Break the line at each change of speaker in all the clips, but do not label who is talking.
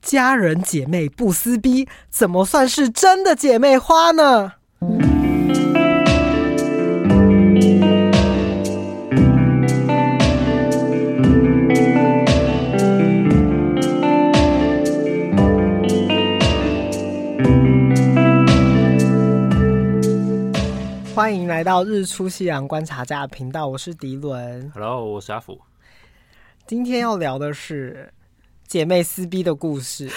家人姐妹不撕逼，怎么算是真的姐妹花呢？欢迎来到日出夕阳观察家的频道，我是迪伦。
Hello，我是阿福。
今天要聊的是姐妹撕逼的故事，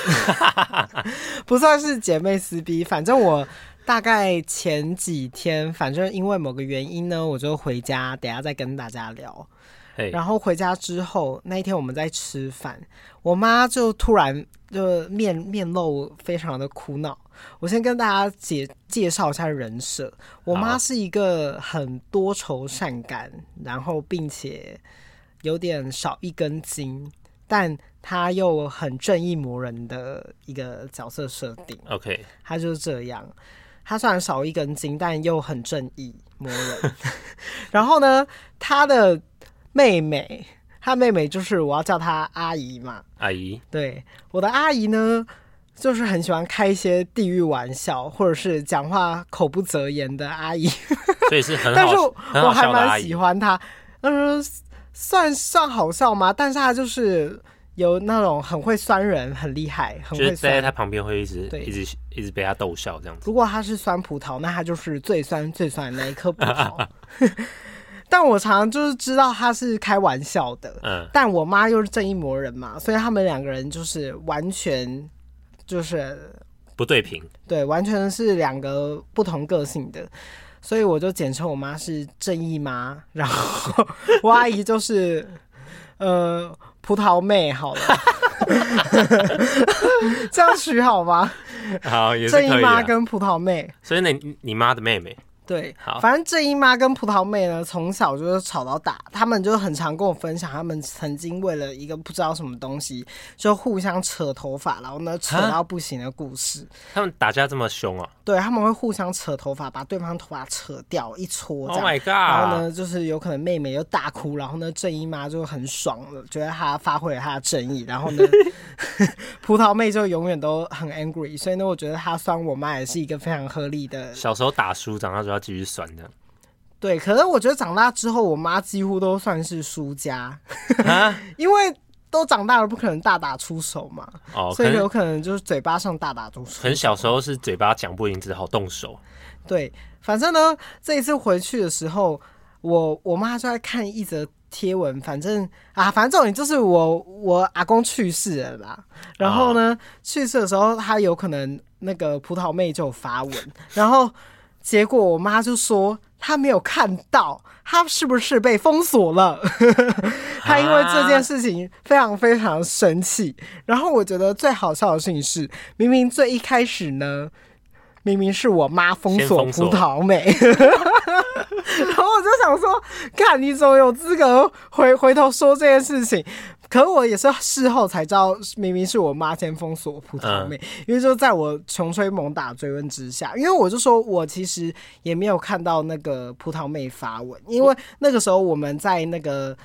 不算是姐妹撕逼，反正我大概前几天，反正因为某个原因呢，我就回家，等一下再跟大家聊。
嘿、
然后回家之后，那一天我们在吃饭，我妈就突然就面面露非常的苦恼。我先跟大家介介绍一下人设，我妈
好
是一个很多愁善感，然后并且有点少一根筋，但她又很正义魔人的一个角色设定。
o k
他就是这样。他虽然少一根筋，但又很正义魔人。 然后呢，他的妹妹，他妹妹就是我要叫她阿姨嘛。
阿姨，
对，我的阿姨呢，就是很喜欢开一些地域玩笑，或者是讲话口不择言的阿姨。
所以是很好，
但是我
很
我
好
还
笑的阿
蛮喜
姨。
欢她。嗯、算算好笑吗？但是她就是有那种很会酸人，很厉害，很
就
会
是
酸
待在他旁边会一直
对
一直一直被他逗笑这样子。
如果它是酸葡萄，那它就是最酸最酸的那一颗葡萄。 但我常常就是知道他是开玩笑的，
嗯，
但我妈又是正义魔人嘛，所以他们两个人就是完全就是
不对平，
对，完全是两个不同个性的。所以我就简称我妈是正义妈，然后我阿姨就是呃葡萄妹好了， 这样取好吗？
好也是
正义
可以啊
妈
的。
跟葡萄妹，
所以你你妈的妹妹，
对，
好
反正正英妈跟葡萄妹呢，从小就是吵到大，他们就很常跟我分享，他们曾经为了一个不知道什么东西，就互相扯头发，然后呢扯
啊
到不行的故事。
他们打架这么凶啊
对，他们会互相扯头发，把对方头发扯掉一撮这
！Oh
样。
my
然后
god！
呢，就是有可能妹妹又大哭，然后呢，正义妈就很爽了，觉得她发挥了她的正义，然后呢， 葡萄妹就永远都很 angry，所以呢，我觉得她酸我妈也是一个非常合理的
小时候打输，长大就要继续酸这样。
对，可是我觉得长大之后，我妈几乎都算是输家，
啊，
因为都长大了，不可能大打出手嘛，
哦，
所
可
以有
能
可能就是嘴巴上大打出手。
可能小时候是嘴巴讲不赢，只好动手。
对，反正呢，这一次回去的时候，我我妈就在看一则贴文，反正啊，反正重点就是我我阿公去世了啦。然后呢，去世的时候，他有可能那个葡萄妹就有发文，然后结果我妈就说。她没有看到，她是不是被封锁了？ 她因为这件事情非常非常生气。然后我觉得最好笑的事情是，明明最一开始呢，明明是我妈封
先
锁
封
葡
锁
萄妹， 然后我就想说，看你怎么有资格回回头说这件事情？可我也是事后才知道，明明是我妈先封锁葡萄妹，
嗯
因为就在我穷追猛打追问之下，因为我就说我其实也没有看到那个葡萄妹发文，因为那个时候我们在那个。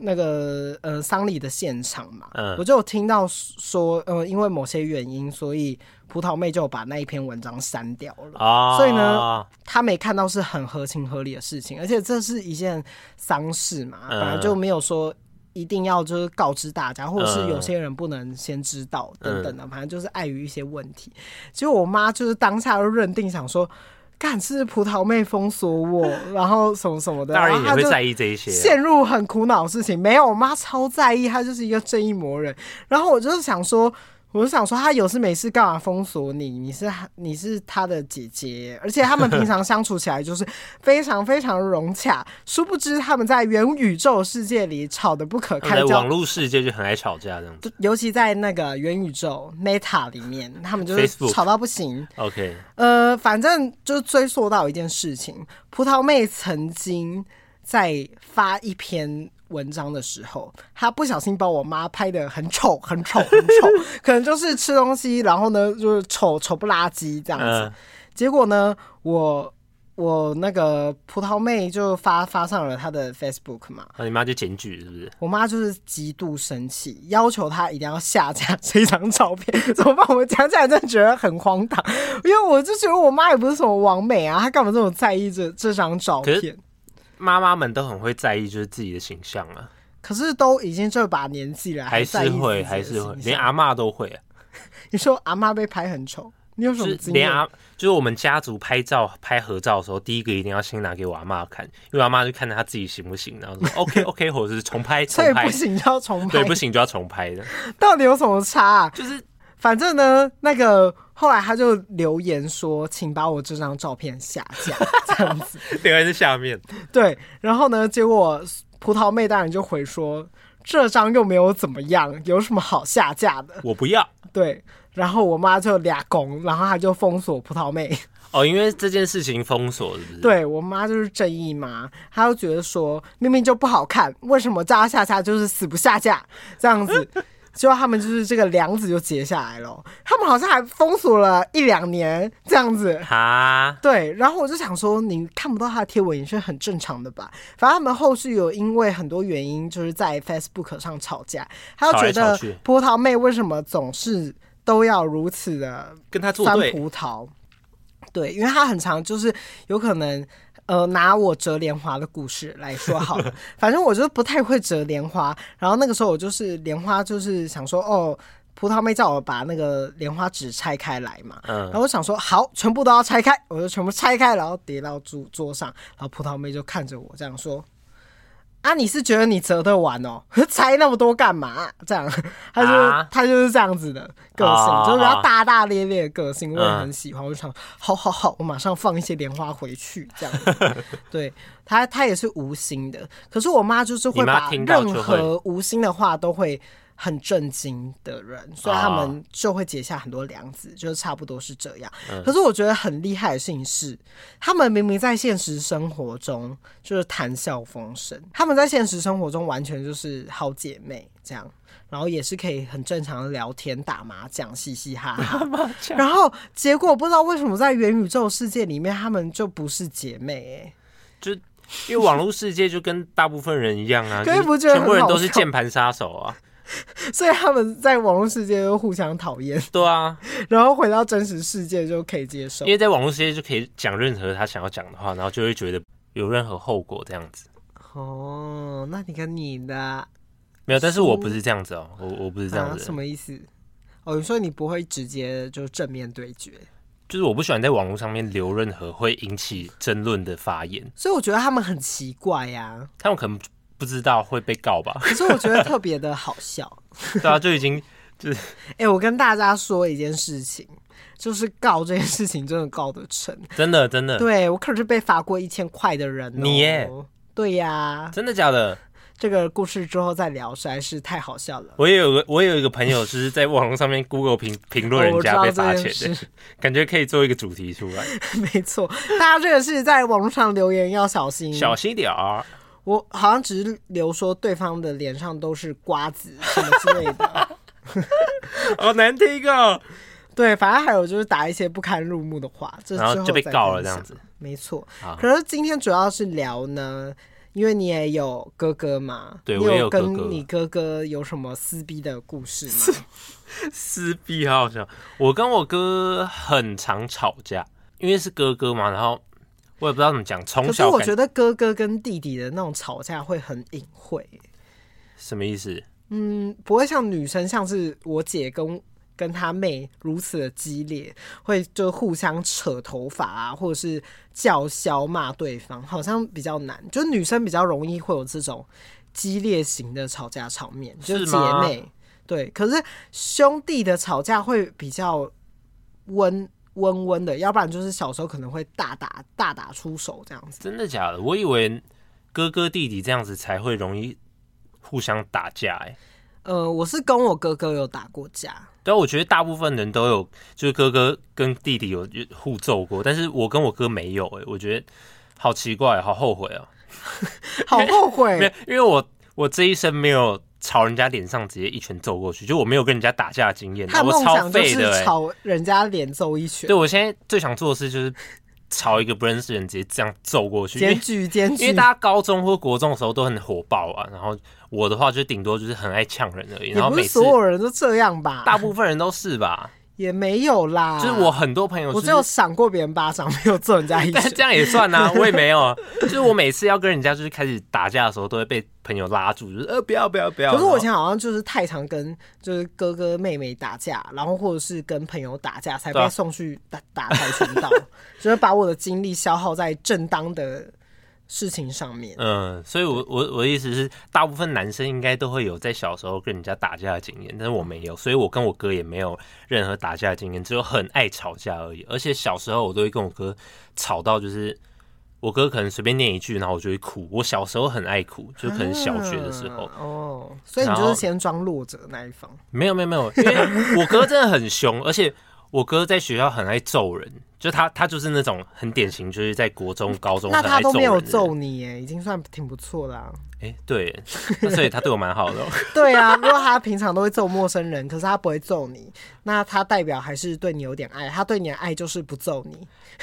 那个呃丧礼的现场嘛，
嗯
我就有听到说，呃，因为某些原因，所以葡萄妹就把那一篇文章删掉了。
哦，
所以呢，他没看到是很合情合理的事情，而且这是一件丧事嘛，
嗯
本来就没有说一定要就是告知大家，或者是
嗯
有些人不能先知道等等的，反正就是碍于一些问题。结果我妈就是当下就认定想说，干是不是葡萄妹封锁我，然后什么什么的，
大
然
人
后
也
她
会
就
在意这一些啊。
陷入很苦恼的事情。没有，我妈超在意，她就是一个正义魔人。然后我就是想说，我就想说，她有事没事干嘛封锁你？你是她你是她的姐姐，而且他们平常相处起来就是非常非常融洽。殊不知他们在元宇宙世界里吵得不可
他们
开
在
交
网。络世界就很爱吵架这样子。
就尤其在那个元宇宙 Meta 里面，他们就是
Facebook
吵到不行。
OK，
呃，反正就追溯到一件事情，葡萄妹曾经在发一篇文章的时候，她不小心把我妈拍的很丑、很丑、很丑，可能就是吃东西，然后呢就是丑丑不拉几这样子。
嗯
结果呢，我我那个葡萄妹就发发上了她的 Facebook 嘛，
那你妈就检举是不是？
我妈就是极度生气，要求她一定要下架这张照片。 怎么办？我讲起来真的觉得很荒唐，因为我就觉得我妈也不是什么完美啊，她干嘛这么在意这这张照
可是
片？
妈妈们都很会在意就是自己的形象啊，
可是都已经这把年纪了，
还
啊在
是
意
会
自己的
还是会，
形象
连阿嬷都会啊，
你说阿妈被拍很丑，你有什
就
么
是
经验
连？阿就是我们家族拍照拍合照的时候，第一个一定要先拿给我阿嬷看，因为阿嬷就看她自己行不行，然后 说 OK OK，或者是重拍重
所以
拍
不，行，要重拍
对，。不行就要重拍 的，
到底有什么差、啊？
就是
反正呢，那个后来他就留言说，请把我这张照片下架，这样子。
另外是下面，
对，然后呢，结果葡萄妹大人就回说，这张又没有怎么样，有什么好下架的？
我不要。
对，然后我妈就俩拱，然后她就封锁葡萄妹。
哦，因为这件事情封锁是不是？，
对我妈就是正义妈，她就觉得说明明就不好看，为什么叫她下架就是死不下架这样子？结果他们就是这个梁子就结下来了，哦他们好像还封锁了一两年这样子。
哈，
对，然后我就想说，你看不到他的贴文也是很正常的吧？反正他们后续有因为很多原因，就是在 Facebook 上吵架，他就
吵
觉
来
得
吵去
波涛妹为什么总是都要如此的
跟他作
酸
对，
葡萄。对，因为他很常就是有可能，呃，拿我折莲花的故事来说好 了，反正我就不太会折莲花。然后那个时候我就是莲花，就是想说，哦，葡萄妹叫我把那个莲花纸拆开来嘛。
嗯
然，后我想说，好，全部都要拆开，我就全部拆开，然后叠到桌桌上。然后葡萄妹就看着我这样说：“啊，你是觉得你折得完哦？ 拆那么多干嘛？”这样， 他就、
啊
他就是这样子的个性，
哦
就是比较大大咧咧的个性，我也
嗯
很喜欢。我就想，好好好，我马上放一些莲花回去，这样 子。对他，他也是无心的，可是我妈就是会
你妈
把
听到
任
就会
何无心的话都会。很震惊的人，所以他们就会结下很多梁子，就是差不多是这样。可是我觉得很厉害的事情是，他们明明在现实生活中就是谈笑风生，他们在现实生活中完全就是好姐妹这样，然后也是可以很正常的聊天、打麻将、嘻嘻哈 哈。然后结果不知道为什么在元宇宙世界里面，他们就不是姐妹、 欸，
就因为网络世界就跟大部分人一 样啊，
可
就是是
不觉得
全部人
很好
都是
笑
键盘杀手啊，
所以他们在网络世界就互相讨厌，
对啊，
然后回到真实世界就可以接受
因。为在网络世界就可以讲任何他想要讲的话，然后就会觉得有任何后果这样子。
哦，那你跟你的
没有，但是我不是这样子哦，我我不是这样
啊、
子
什
的，
么意思？哦，你说你不会直接就正面对决，
就是我不喜欢在网络上面留任何会引起争论的发言，
所以我觉得他们很奇怪呀、
他们可能不知道会被 告吧？
可是我觉得特别的好笑。
对啊，就已经
哎、我跟大家说一件事情，就是告这件事情真的告得成。
真的真 的
对我可是被罚过一千块的人、哦。
嗯你耶？
对呀、
真的假的？
这个故事之后再聊，实在是太好笑了。
我也有个我也有一个朋友，就是在网络上面 Google 评评论
哦
人
我知
家
道
被
这
罚
件
钱的，
事，
感觉可以做一个主题出来，
没错，大家这个是在网络上留言要小心。哦
小心点啊儿。
我好像只是留说对方的脸上都是瓜子什么之类 的。
好难听哦。
对，反正还有就是打一些不堪入目的话，这
然后
之
就被
再
告了
分
这样
享
子。
没错
好，
可是今天主要是聊呢，因为你也有哥哥嘛，
对
你
我也
有
有哥
跟
哥
你哥哥有什么撕逼的故事吗？
撕逼好好笑。我跟我哥很常吵架，因为是哥哥嘛，然后我也不知道怎么讲，从
可是
小
我
感
觉得哥哥跟弟弟的那种吵架会很隐晦，
什么意思？
嗯，不会像女生，像是我姐跟跟她妹如此的激烈，会就互相扯头发啊，或者是叫嚣骂对方，好像比较难。就女生比较容易会有这种激烈型的吵架场面，就是姐
吗
妹对。可是兄弟的吵架会比较温温温的，要不然就是小时候可能会大打大打出手这样子。
真的假的？我以为哥哥弟弟这样子才会容易互相打架、欸，哎。
呃，我是跟我哥哥有打过架，
对啊，我觉得大部分人都有，就是哥哥跟弟弟有有互揍过，欸但是我跟我哥没有、欸，哎，我觉得好奇怪，好后悔哦、
好后悔。哦
没有，因为我我这一生没有朝人家脸上直接一拳揍过去，就我没有跟人家打架的经验，
他的
我
梦
超
想就
废
是
的、欸，
朝人家脸揍一拳
对，我现在最想做的事就是朝一个不认识的人直接这样揍过 去，因为
检举检
因为
举
大，家高中或国中的时候都很火爆啊，然后我的话就顶多就是很爱呛人而已，
也
然后
不
每
是
次
所有人都啊这样吧？
大部分人都是吧，
也没有啦，
就是我很多朋友
啊我
是
只有赏过别人巴掌，没 有揍人家一
但
拳。
这样也算啊，我也没有啊，就是我每次要跟人家就是开始打架的时候，都会被朋友拉住，就是呃不要不要不要。
可是我以
然
前好像就是太常跟就是哥哥妹妹打架，然后或者是跟朋友打架，才
对啊
被送去打 打跆拳道，就是把我的精力消耗在正当的事情上面。
后嗯，所以我我我的意思是，大部分男生应该都会有在小时候跟人家打架的经验，但是我没有，所以我跟我哥也没有任何打架的经验，只有很爱吵架而已。而且小时候我都会跟我哥吵到就是。我哥可能随便念一句，然后我就会哭。我小时候很爱哭，就可能小学的时候，
啊哦，所以你
然
就
后
是先装弱者那一方。
没有没有没有，因为我哥真的很凶，而且我哥在学校很爱揍人，就他他就是那种很典型，就是在国中、高中
那
很
他
爱
都
揍人的
没
人。
有揍你耶，已经算挺不错啊啦、
哎、对，那所以他对我蛮好的哦、
对啊，如果他平常都会揍陌生人，可是他不会揍你，那他代表还是对你有点爱，他对你的爱就是不揍你，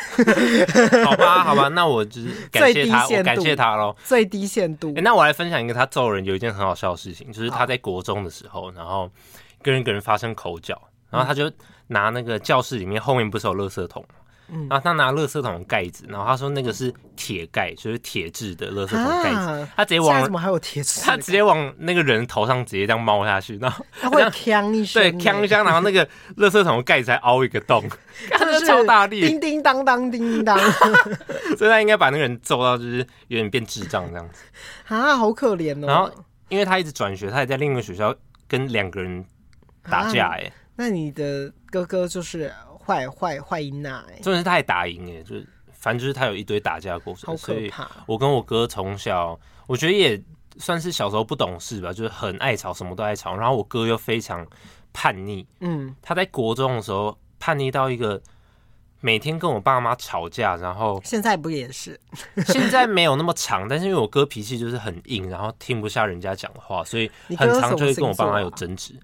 好吧，好吧，那 我就是感谢他，
最低限度
我感谢他喽。
最低限度
哎、。那我来分享一个他揍人有一件很好笑的事情，就是他在国中的时候，然后跟人跟人发生口角，然后他就拿那个教室里面后面不是有垃圾桶吗。
嗯
然后他拿垃圾桶的盖子，然后他说那个是铁盖，就是铁制的垃圾桶盖子
啊，
他直接
现在
哎往
怎么还有铁齿？
他直接往那个人头上直接这样猫下去，然后
他会呛一声欸
对
耶，
锵 一下，然后那个垃圾桶的盖子还凹一个洞，
真
看
的
这
是
超大力
叮，叮当当，叮叮 当
所以他应该把那个人揍到就是有点变智障这样子。
啊，好可怜哦。
然后因为他一直转学，他也在另一个学校跟两个人打架，
啊
哎，
那你的哥哥就是坏坏坏一娜，哎，
重点是他还打赢，哎，就是反正就是他有一堆打架的过
好
程，所
可
以
怕。
我跟我哥从小，我觉得也算是小时候不懂事吧，就是很爱吵，什么都爱吵。然后我哥又非常叛逆，
嗯，
他在国中的时候叛逆到一个每天跟我爸妈吵架，然后
现在不也是？
现在没有那么长，但是因为我哥脾气就是很硬，然后听不下人家讲话，所以
你哥
很
什
常
么
就会跟我
星座
爸
啊
妈有争执。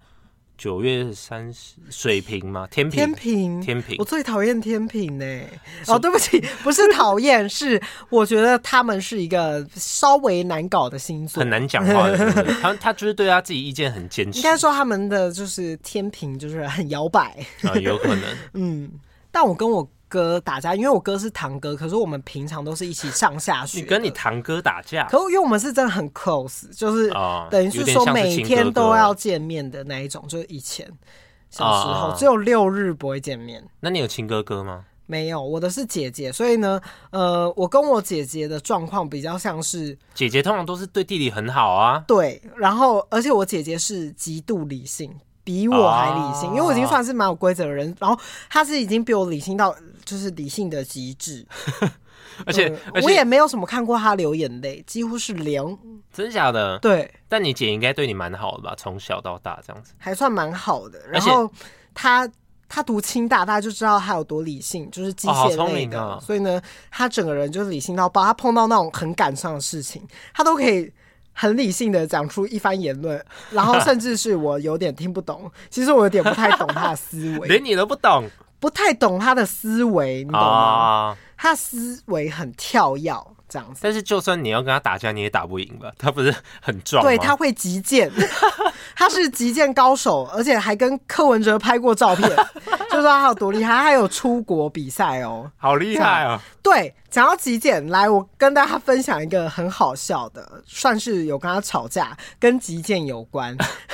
九月三十，水瓶吗？天
天，
平
平，
天平
我最讨厌天平呢、哦，对不起，不是讨厌，是我觉得他们是一个稍微难搞的星座
很。难讲话的。对不对他他就是对他自己意见很坚持，
应该说他们的就是天平就是很摇摆，
啊，有可能。
嗯。但我跟我哥打架，因为我哥是堂哥，可是我们平常都 是一起上下学
你
的。
跟你堂哥打架
可因为我们是真的很 close，就是
啊，
等于
有
是
点
说
像是
每
亲
天
哥
都
哥
要。见面的那一种，就是以前小时
啊啊
候
啊
只有六日不会见面。
那你有亲哥哥吗？
没有，我的是姐姐，所以呢，呃，我跟我姐姐的状况比较像是
姐姐通常都是对弟弟很好啊，
对，然后而且我姐姐是极度理性，比我还理性，因
啊
为我已经算是蛮有规则的人，然后她是已经比我理性到就是理性的极致，
而且、
嗯
而
我
且
也没有什么看过她流眼泪，几乎是零，
真假的，
对，
但你姐应该对你蛮好的吧？从小到大这样子，
还算蛮好的。
而
然
且
后他他读清大，大家就知道他有多理性，就是机
哦好聪
械类
明
的，
啊
所以呢，他整个人就是理性到爆。他碰到那种很感伤的事情，他都可以。很理性的讲出一番言 论，然后甚至是我有点听不懂，其实我有点不太懂他的思 维，
连你都不懂
不太懂他的思维，你懂吗？
啊！
他思维很跳跃，这样子。
但是就算你要跟他打架，你也打不赢吧？他不是很壮吗？
对，他会击剑， 他是击剑高手，而且还跟柯文哲拍过照片， 就知道他有多厉害。他还有出国比赛哦。
好厉害啊！
对，讲到击剑，来，我跟大家分享一个很好笑的，算是有跟他吵架，跟击剑有关。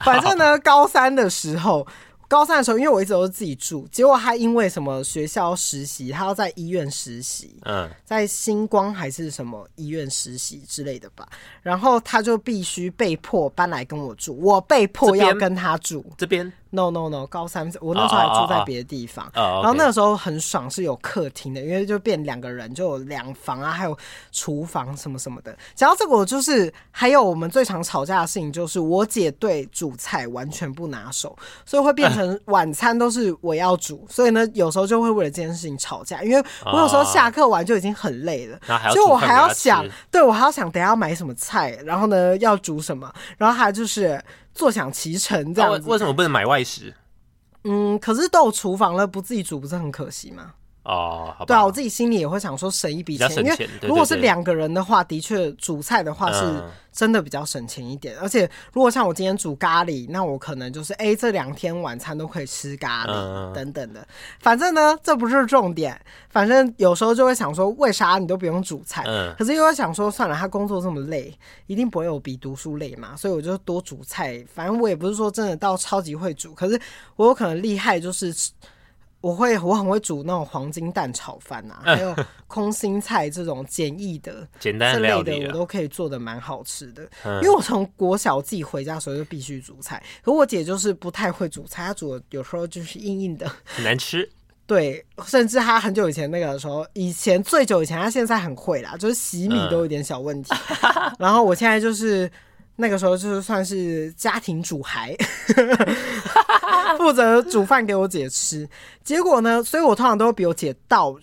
反正呢，高三的时候。高三的时候，因为我一直都是自己住，结果他因为什么学校实习，他要在医院实习，
嗯，
在星光还是什么医院实习之类的吧，然后他就必须被迫搬来跟我住，我被迫
这
要
边
跟他住。
这边
No No No，高三我那时候还住
哦哦
在
哦
别的地方，
哦，
然后那
OK
个时候很爽，是有客厅的，因为就变两个人，就有两房啊，还有厨房什么什么的。讲到这个，我就是还有我们最常吵架的事情，就是我姐对煮菜完全不拿手，所以会变 成晚餐都是我要煮，所以呢，有时候就会为了这件事情吵架，因为我有时候下课完就已经很累了，
啊然后还要
所以我
煮
还
饭给
要
他
想
吃，
对我还要想等一下要买什么菜，然后呢要煮什么，然后她就是坐享其成这
那
样
啊为
子。
为什么不能买外食？
嗯，可是都有厨房了，不自己煮不是很可惜吗？
哦，好吧，
对啊，我自己心里也会想说省一笔
比较
钱，
省
因为
钱。对
如果
对
是
对
两个人的话，的确煮菜的话是
嗯
真的比较省钱一点。而且如果像我今天煮咖喱，那我可能就是哎、诶这两天晚餐都可以吃咖喱、
嗯
等等的。反正呢，这不是重点。反正有时候就会想说，为啥你都不用煮菜？
嗯
可是又会想说，算了，他工作这么累，一定不会有比读书累嘛，所以我就多煮菜。反正我也不是说真的到超级会煮，可是我有可能厉害就是吃我会我很会煮那种黄金蛋炒饭啊，
嗯
还有空心菜这种简易 的
简单
这
的料
类的，我
理啊了，
都可以做的蛮好吃的。
嗯
因为我从国小自己回家的时候就必须煮菜，可我姐就是不太会煮菜，她煮的有时候就是硬硬的。
很难吃。
对，甚至她很久以前那个时候，以前最久以前，她现在很会啦，就是洗米
嗯
都有点小 问题。然后我现在就是那个时候就是算是家庭主孩， 负责煮饭给我姐吃。结果呢，所以我通常都会比我姐到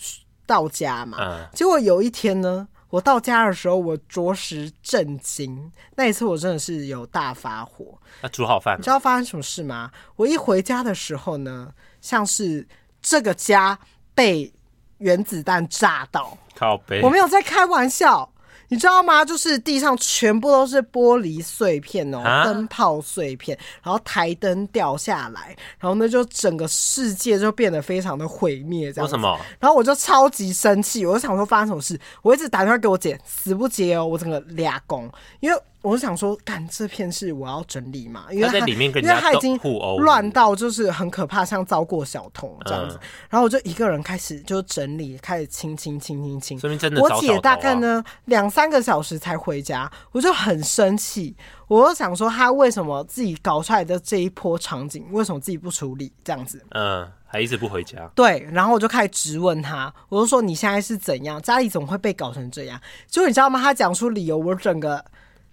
到家嘛。
嗯，
结果有一天呢，我到家的时候，我着实震惊。那一次我真的是有大发火，
那煮好饭
你知道发生什么事吗？我一回家的时候呢，像是这个家被原子弹炸到，
靠背
我，没有在开玩笑。你知道吗？就是地上全部都是玻璃碎片哦，
啊
灯泡碎片，然后台灯掉下来，然后呢，就整个世界就变得非常的毁灭，这
为
样子
什。么？
然后我就超级生气，我就想说发生什么事，我一直打电话给我姐，死不接哦，我整个俩公，因为我就想说，干这片事我要整理嘛，因为
他在
她
里面跟
因
人
为
家
他已
斗
经
互殴
乱到就是很可怕，像遭过小偷这样子。
嗯
然后我就一个人开始就整理，开始清清清清清。
说明真的
我
找小
姐
偷
大
啊
概呢两三个小时才回家，我就很生气，我就想说她为什么自己搞出来的这一波场景，为什么自己不处理这样子？
嗯，还一直不回家，
对，然后我就开始质问他，我就说你现在是怎样，家里怎么会被搞成这样？结果你知道吗？他讲出理由，我整个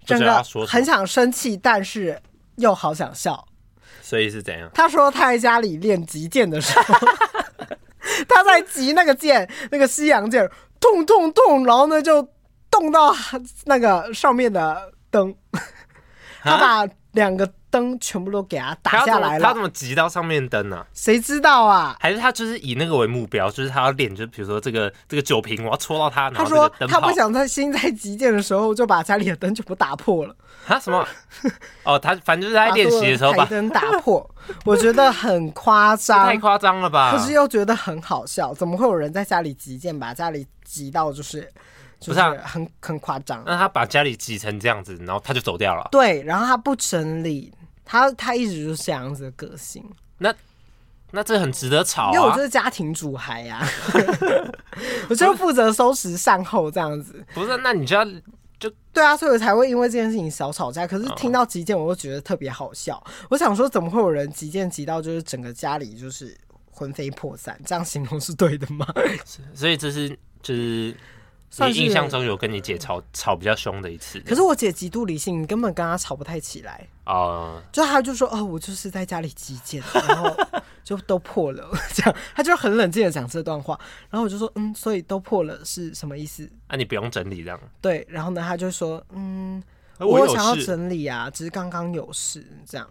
不
整
知道
个
他说什么
很想生气，但是又好想笑。
所以是怎样？
他说他在家里练击剑的时候， 他在击那个剑，那个西洋剑，痛痛痛，然后呢就动到那个上面的灯，
啊
他把两个灯全部都给他打
他
下
怎
来
么他
了
怎，么急到上面灯呢？
谁知道啊？
还是他就是以那个为目标，就是他要练，就是比如说这个这个酒瓶，我要戳到他，然
他
后这个
说
灯
他
泡
不想在心在急件的时候就把家里的灯全部打破了，
啊什么？哦，他反正就是他
把
在练习的时
所
候
有
吧
台，灯打破，我觉得很 夸
太
张，
夸张了吧
可？是又觉得很好笑。怎么会有人在家里急件把家里急到就是就
不是啊
很很夸张？
那他把家里挤成这样子，然后他就走掉了。
对，然后他不整理，他他一直就是这样子的个性，
那这很值得吵
因为我
啊
就！是家庭主孩 呀、我就负责收拾善后这样子。
不是，那你就要
对啊，所以我才会因为这件事情小吵架。可
嗯
是听到极简，我就觉得特别好笑。我想说，怎么会有人极简极到就是整个家里就是魂飞魄散？这样形容是对的吗？
所以这是就是
算
你
是
印象中有跟你姐吵吵比较凶的一次。
可是我姐极度理性，你根本跟她吵不太起来。
哦，
就她就说：“哦，我就是在家里极简，然后就都破了。”这样，她就很冷静的讲这段话。然后我就说：“嗯，所以都破了是什么意思
那、啊你不用整理这样。？”
对，然后呢，她就说：“嗯，
呃
我
有
想要
事，
整理啊，只是刚刚有事这样。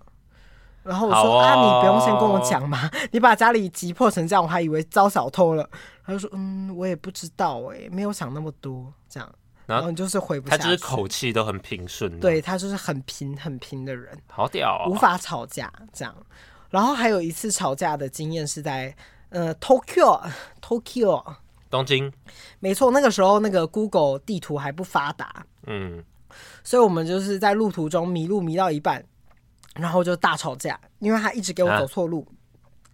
然后我
好
说、啊，你不用先跟我
哦
讲嘛， 你把家里急迫成这样，我还以为遭小偷了。他就说，嗯，我也不知道哎、没有想那么多这样。
然后
然后你就是回不
他
下
就是
去，
口气都很平顺。，
对他就是很平很平的人，
好屌、
无
哦。
法吵架这样。然后还有一次吵架的经验是在呃 Tokyo Tokyo，
东京，
没错，那个时候那个 Google 地图还不发达，
嗯，
所以我们就是在路途中迷路，迷到一半，然后就大吵架，因为他一直给我
啊
走错路，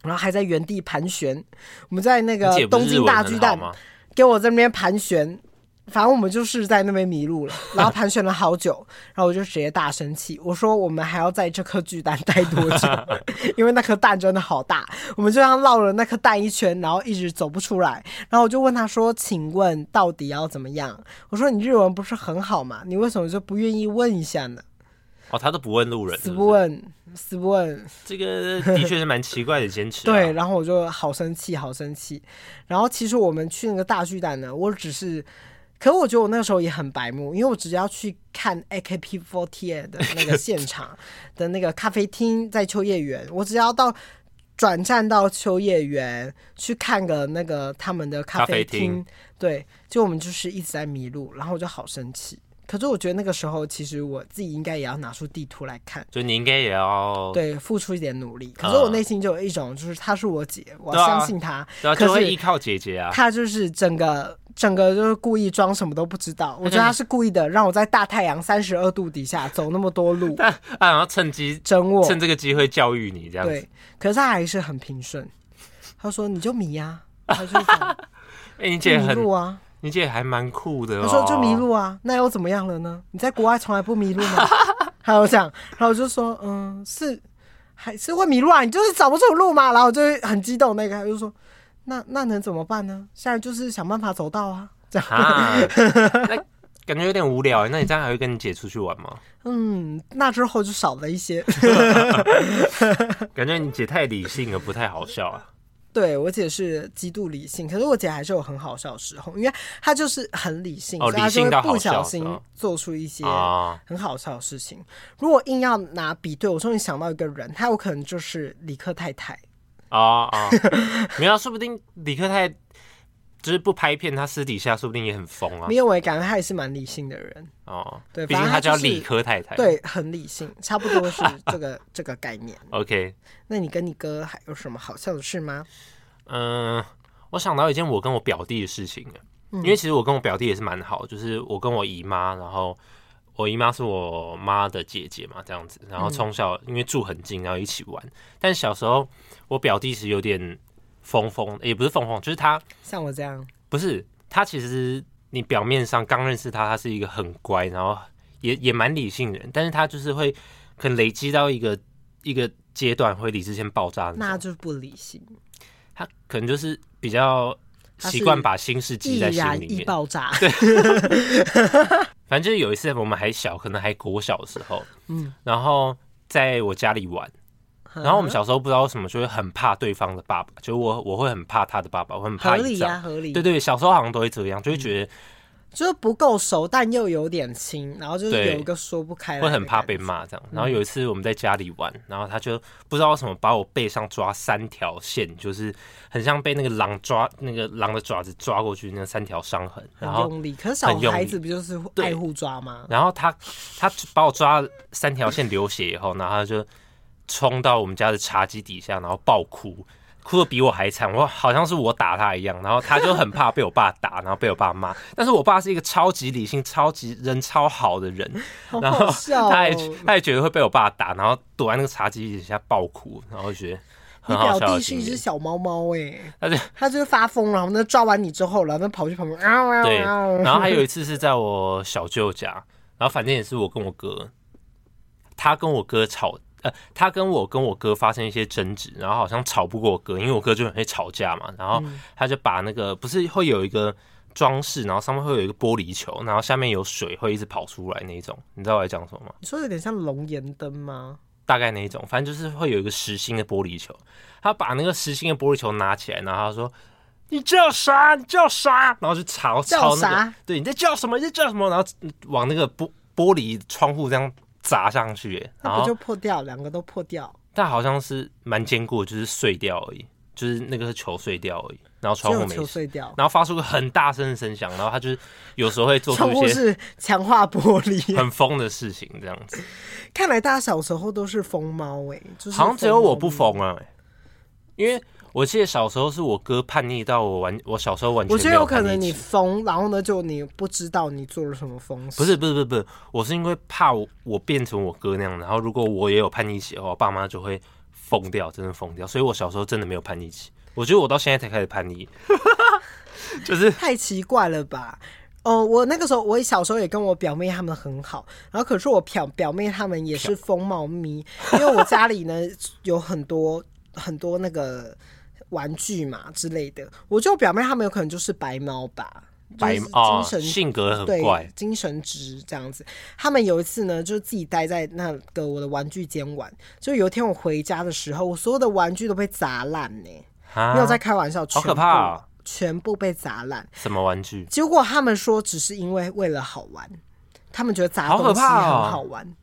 然后还在原地盘旋。我们在那
你
个
姐不
东
是日
京
文
大
很
巨
好
蛋
吗？
给我这边盘旋，反正我们就是在那边迷路了，然后盘旋了好久，然后我就直接大生气，我说我们还要在这颗巨蛋待多久？因为那颗蛋真的好大，我们就像绕了那颗蛋一圈，然后一直走不出来。然后我就问他说：“请问到底要怎么样？”我说：“你日文不是很好嘛，你为什么就不愿意问一下呢？
哦，他都不问路人，
死
是
不
不是？
问，死不问。”
这个的确是蛮奇怪的坚持、啊。
对，，然后我就好生气，好生气。然后其实我们去那个大巨蛋呢，我只是，可我觉得我那个时候也很白目，因为我只是要去看 AKB48 的那个现场的那个咖啡厅，在秋叶原，我只要到。转战到秋叶原去看个那个他们的咖啡
咖啡
厅
厅，
对，就我们就是一直在迷路，然后我就好生气。可是我觉得那个时候，其实我自己应该也要拿出地图来看，
所以你应该也要
对，付出一点努力。可是我内心就有一种，就是她是我姐，我要
啊对啊
相信她。
对啊，
可
就是会依靠姐姐啊。
他就是整个整个就是故意装什么都不知道，我觉
嗯
得他是故意的，让我在大太阳三十二度底下走那么多路，
但啊，然后趁机
整我。
趁这个机会教育你这样子。
对，可是他还是很平顺。他说：“你就迷呀、啊。” 他就讲
哎，你
就
姐
迷
很
路，啊。
你姐还蛮酷的哦。
他说：“就迷路啊，那又怎么样了呢？你在国外从来不迷路吗？” 还有这样，然后我就说：“嗯，是还是会迷路啊，你就是找不出路嘛。”然后我就很激动，那个他就说：“那那能怎么办呢？现在就是想办法走到啊。”这样，
啊，那感觉有点无聊。那你这样还会跟你姐出去玩吗？
嗯，那之后就少了一些。
感觉你姐太理性了，不太好笑啊。
对我姐是极度理性，可是我姐还是有很好笑的时候，因为她就是很理性，
哦
所以她就
理性
会
到
不
好笑
小
的
心
时候
做出一些
啊，
很好笑的事情。如果硬要拿比对，我终于想到一个人，她有可能就是理科太太。
哦哦，没有啊，说不定李克泰就是不拍片，他私底下说不定也很疯啊
没。有，我也感觉她也是蛮理性的人，
哦，
对
毕竟
反正
他
他
叫
就是
理科太太。
对，很理性，差不多是这 个这个概念。
，OK，
那你跟你哥还有什么好笑的事吗？
嗯、我想到一件我跟我表弟的事情了，因为其实我跟我表弟也是蛮好，就是我跟我姨妈，然后我姨妈是我妈的姐姐嘛，这样子，然后从小因为住很近，然后一起玩。但小时候我表弟是有点疯疯，也不是疯疯，就是他
像我这样，
不是他，其实你表面上刚认识他，他是一个很乖，然后也也蛮理性的人，但是他就是会可能累积到一个一个阶段会理智先爆炸那
那
种。
就是不理性，
他可能就是比较
他是
习惯把心事
易
记在心
燃
里
易
面。
爆炸。
反正就是有一次我们还小，可能还国小的时候，
嗯
嗯，然后在我家里玩，然后我们小时候不知道为什么就会很怕对方的爸爸，就我我会很怕他的爸爸，我很
合
怕
理
姨
呀、啊，
丈。
合理。
对对，小时候好像都会这样，就会觉得
就是不够熟，但又有点亲，然后就是
对
有一个说不开来的
会
感觉，
很怕被骂
嗯
这样。然后有一次我们在家里玩，然后他就不知道为什么把我背上抓三条线，就是很像被那个狼抓那个狼的爪子抓过去那三条伤痕。
很
然后
用力。可是小
很用
孩
力
子不就是
对
爱护抓吗？
然后他他把我抓三条线流血以后，然后他就冲到我们家的茶几底下，然后暴哭，哭的比我还惨，我好像是我打他一样。然后他就很怕被我爸打，然后被我爸骂。但是我爸是一个超级理性、超级人超好的人，
好
然后
好笑、哦！
他也他也觉得会被我爸打，然后躲在那个茶几底下暴哭，然后就觉得
你
很
表
好笑
弟
的
是
经
一只
验。
小猫猫哎，
他就
他就是发疯了，然后那抓完你之后，然后那跑去旁边，啊啊
对，
啊啊！
然后还有一次是在我小舅家，然后反正也是我跟我哥，他跟我哥吵，呃，他跟我跟我哥发生一些争执，然后好像吵不过我哥，因为我哥就很会吵架嘛，然后他就把那个不是会有一个装饰，然后上面会有一个玻璃球，然后下面有水会一直跑出来那一种，你知道我在讲什么吗？
你说有点像龙岩灯吗？
大概那一种，反正就是会有一个实心的玻璃球，他把那个实心的玻璃球拿起来，然后他说：“你叫啥？你叫啥？”然后就朝
叫
朝
啥
那个，对，你在叫什么？你在叫什么？然后往那个玻玻璃窗户这样砸上去，欸然
那不
后
就破掉，两个都破掉，
但好像是蛮坚固的，就是碎掉而已，就是那个球碎掉而已，然后
只
窗户
有
没
球
事。
碎掉。
然后发出个很大声的声响，然后他就是有时候会做出
窗户
一些
是强化玻璃，
很疯的事情，这样子。
看来大家小时候都是疯猫哎，就是
好像只有我不
疯猫咪
疯啊、欸因为我记得小时候是我哥叛逆到我完，我小时候完全
我觉得
没
有可
叛逆
能你
期
疯，然后呢，就你不知道你做了什么疯事。
不是不是不是不是，我是因为怕我我变成我哥那样，然后如果我也有叛逆期的话，我爸妈就会疯掉，真的疯掉。所以我小时候真的没有叛逆期，我觉得我到现在才开始叛逆， 就是
太奇怪了吧？哦，我那个时候，我小时候也跟我表妹他们很好，然后可是我表表妹他们也是疯猫 咪，因为我家里呢有很多很多那个玩具嘛之类的，我觉得我表妹他们有可能就是白猫吧，
白
就是
啊、
精神
性格很
对，
怪，
精神值这样子。他们有一次呢，就是自己待在那个我的玩具间玩，就有一天我回家的时候，我所有的玩具都被砸烂呢、
啊
没有在开玩笑，
好
全
可
部
怕哦
全部被砸烂。
什么玩具？
结果他们说只是因为为了好玩，他们觉得砸
好
东
可
西
怕哦
很好玩。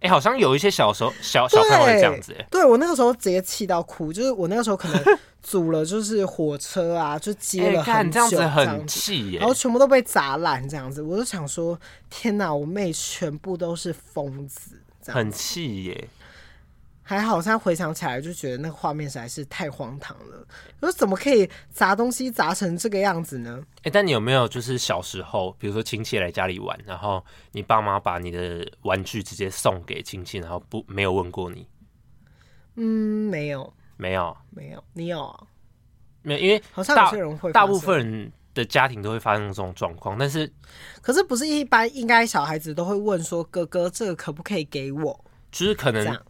哎、好像有一些小时候小小朋友会这样子、哎
对我那个时候直接气到哭，就是我那个时候可能组了就是火车啊，就接
哎、
了
看
很久
这样子
这
很
样子。
气耶、
然后全部都被砸烂，这样子，我就想说，天哪，我妹全部都是疯子，这样
很气耶、
还好，现在回想起来就觉得那个画面实在是太荒唐了。我说怎么可以砸东西砸成这个样子呢？
哎、但你有没有就是小时候，比如说亲戚来家里玩，然后你爸妈把你的玩具直接送给亲戚，然后不没有问过你？
嗯，没有，
没有，
没有，你有啊？
没有，因为
好像有
大
些人会，
大部，分人的家庭都会发生这种状况，但是
可是不是一般应该小孩子都会问说，哥哥这个可不可以给我？
就是可
这
能
样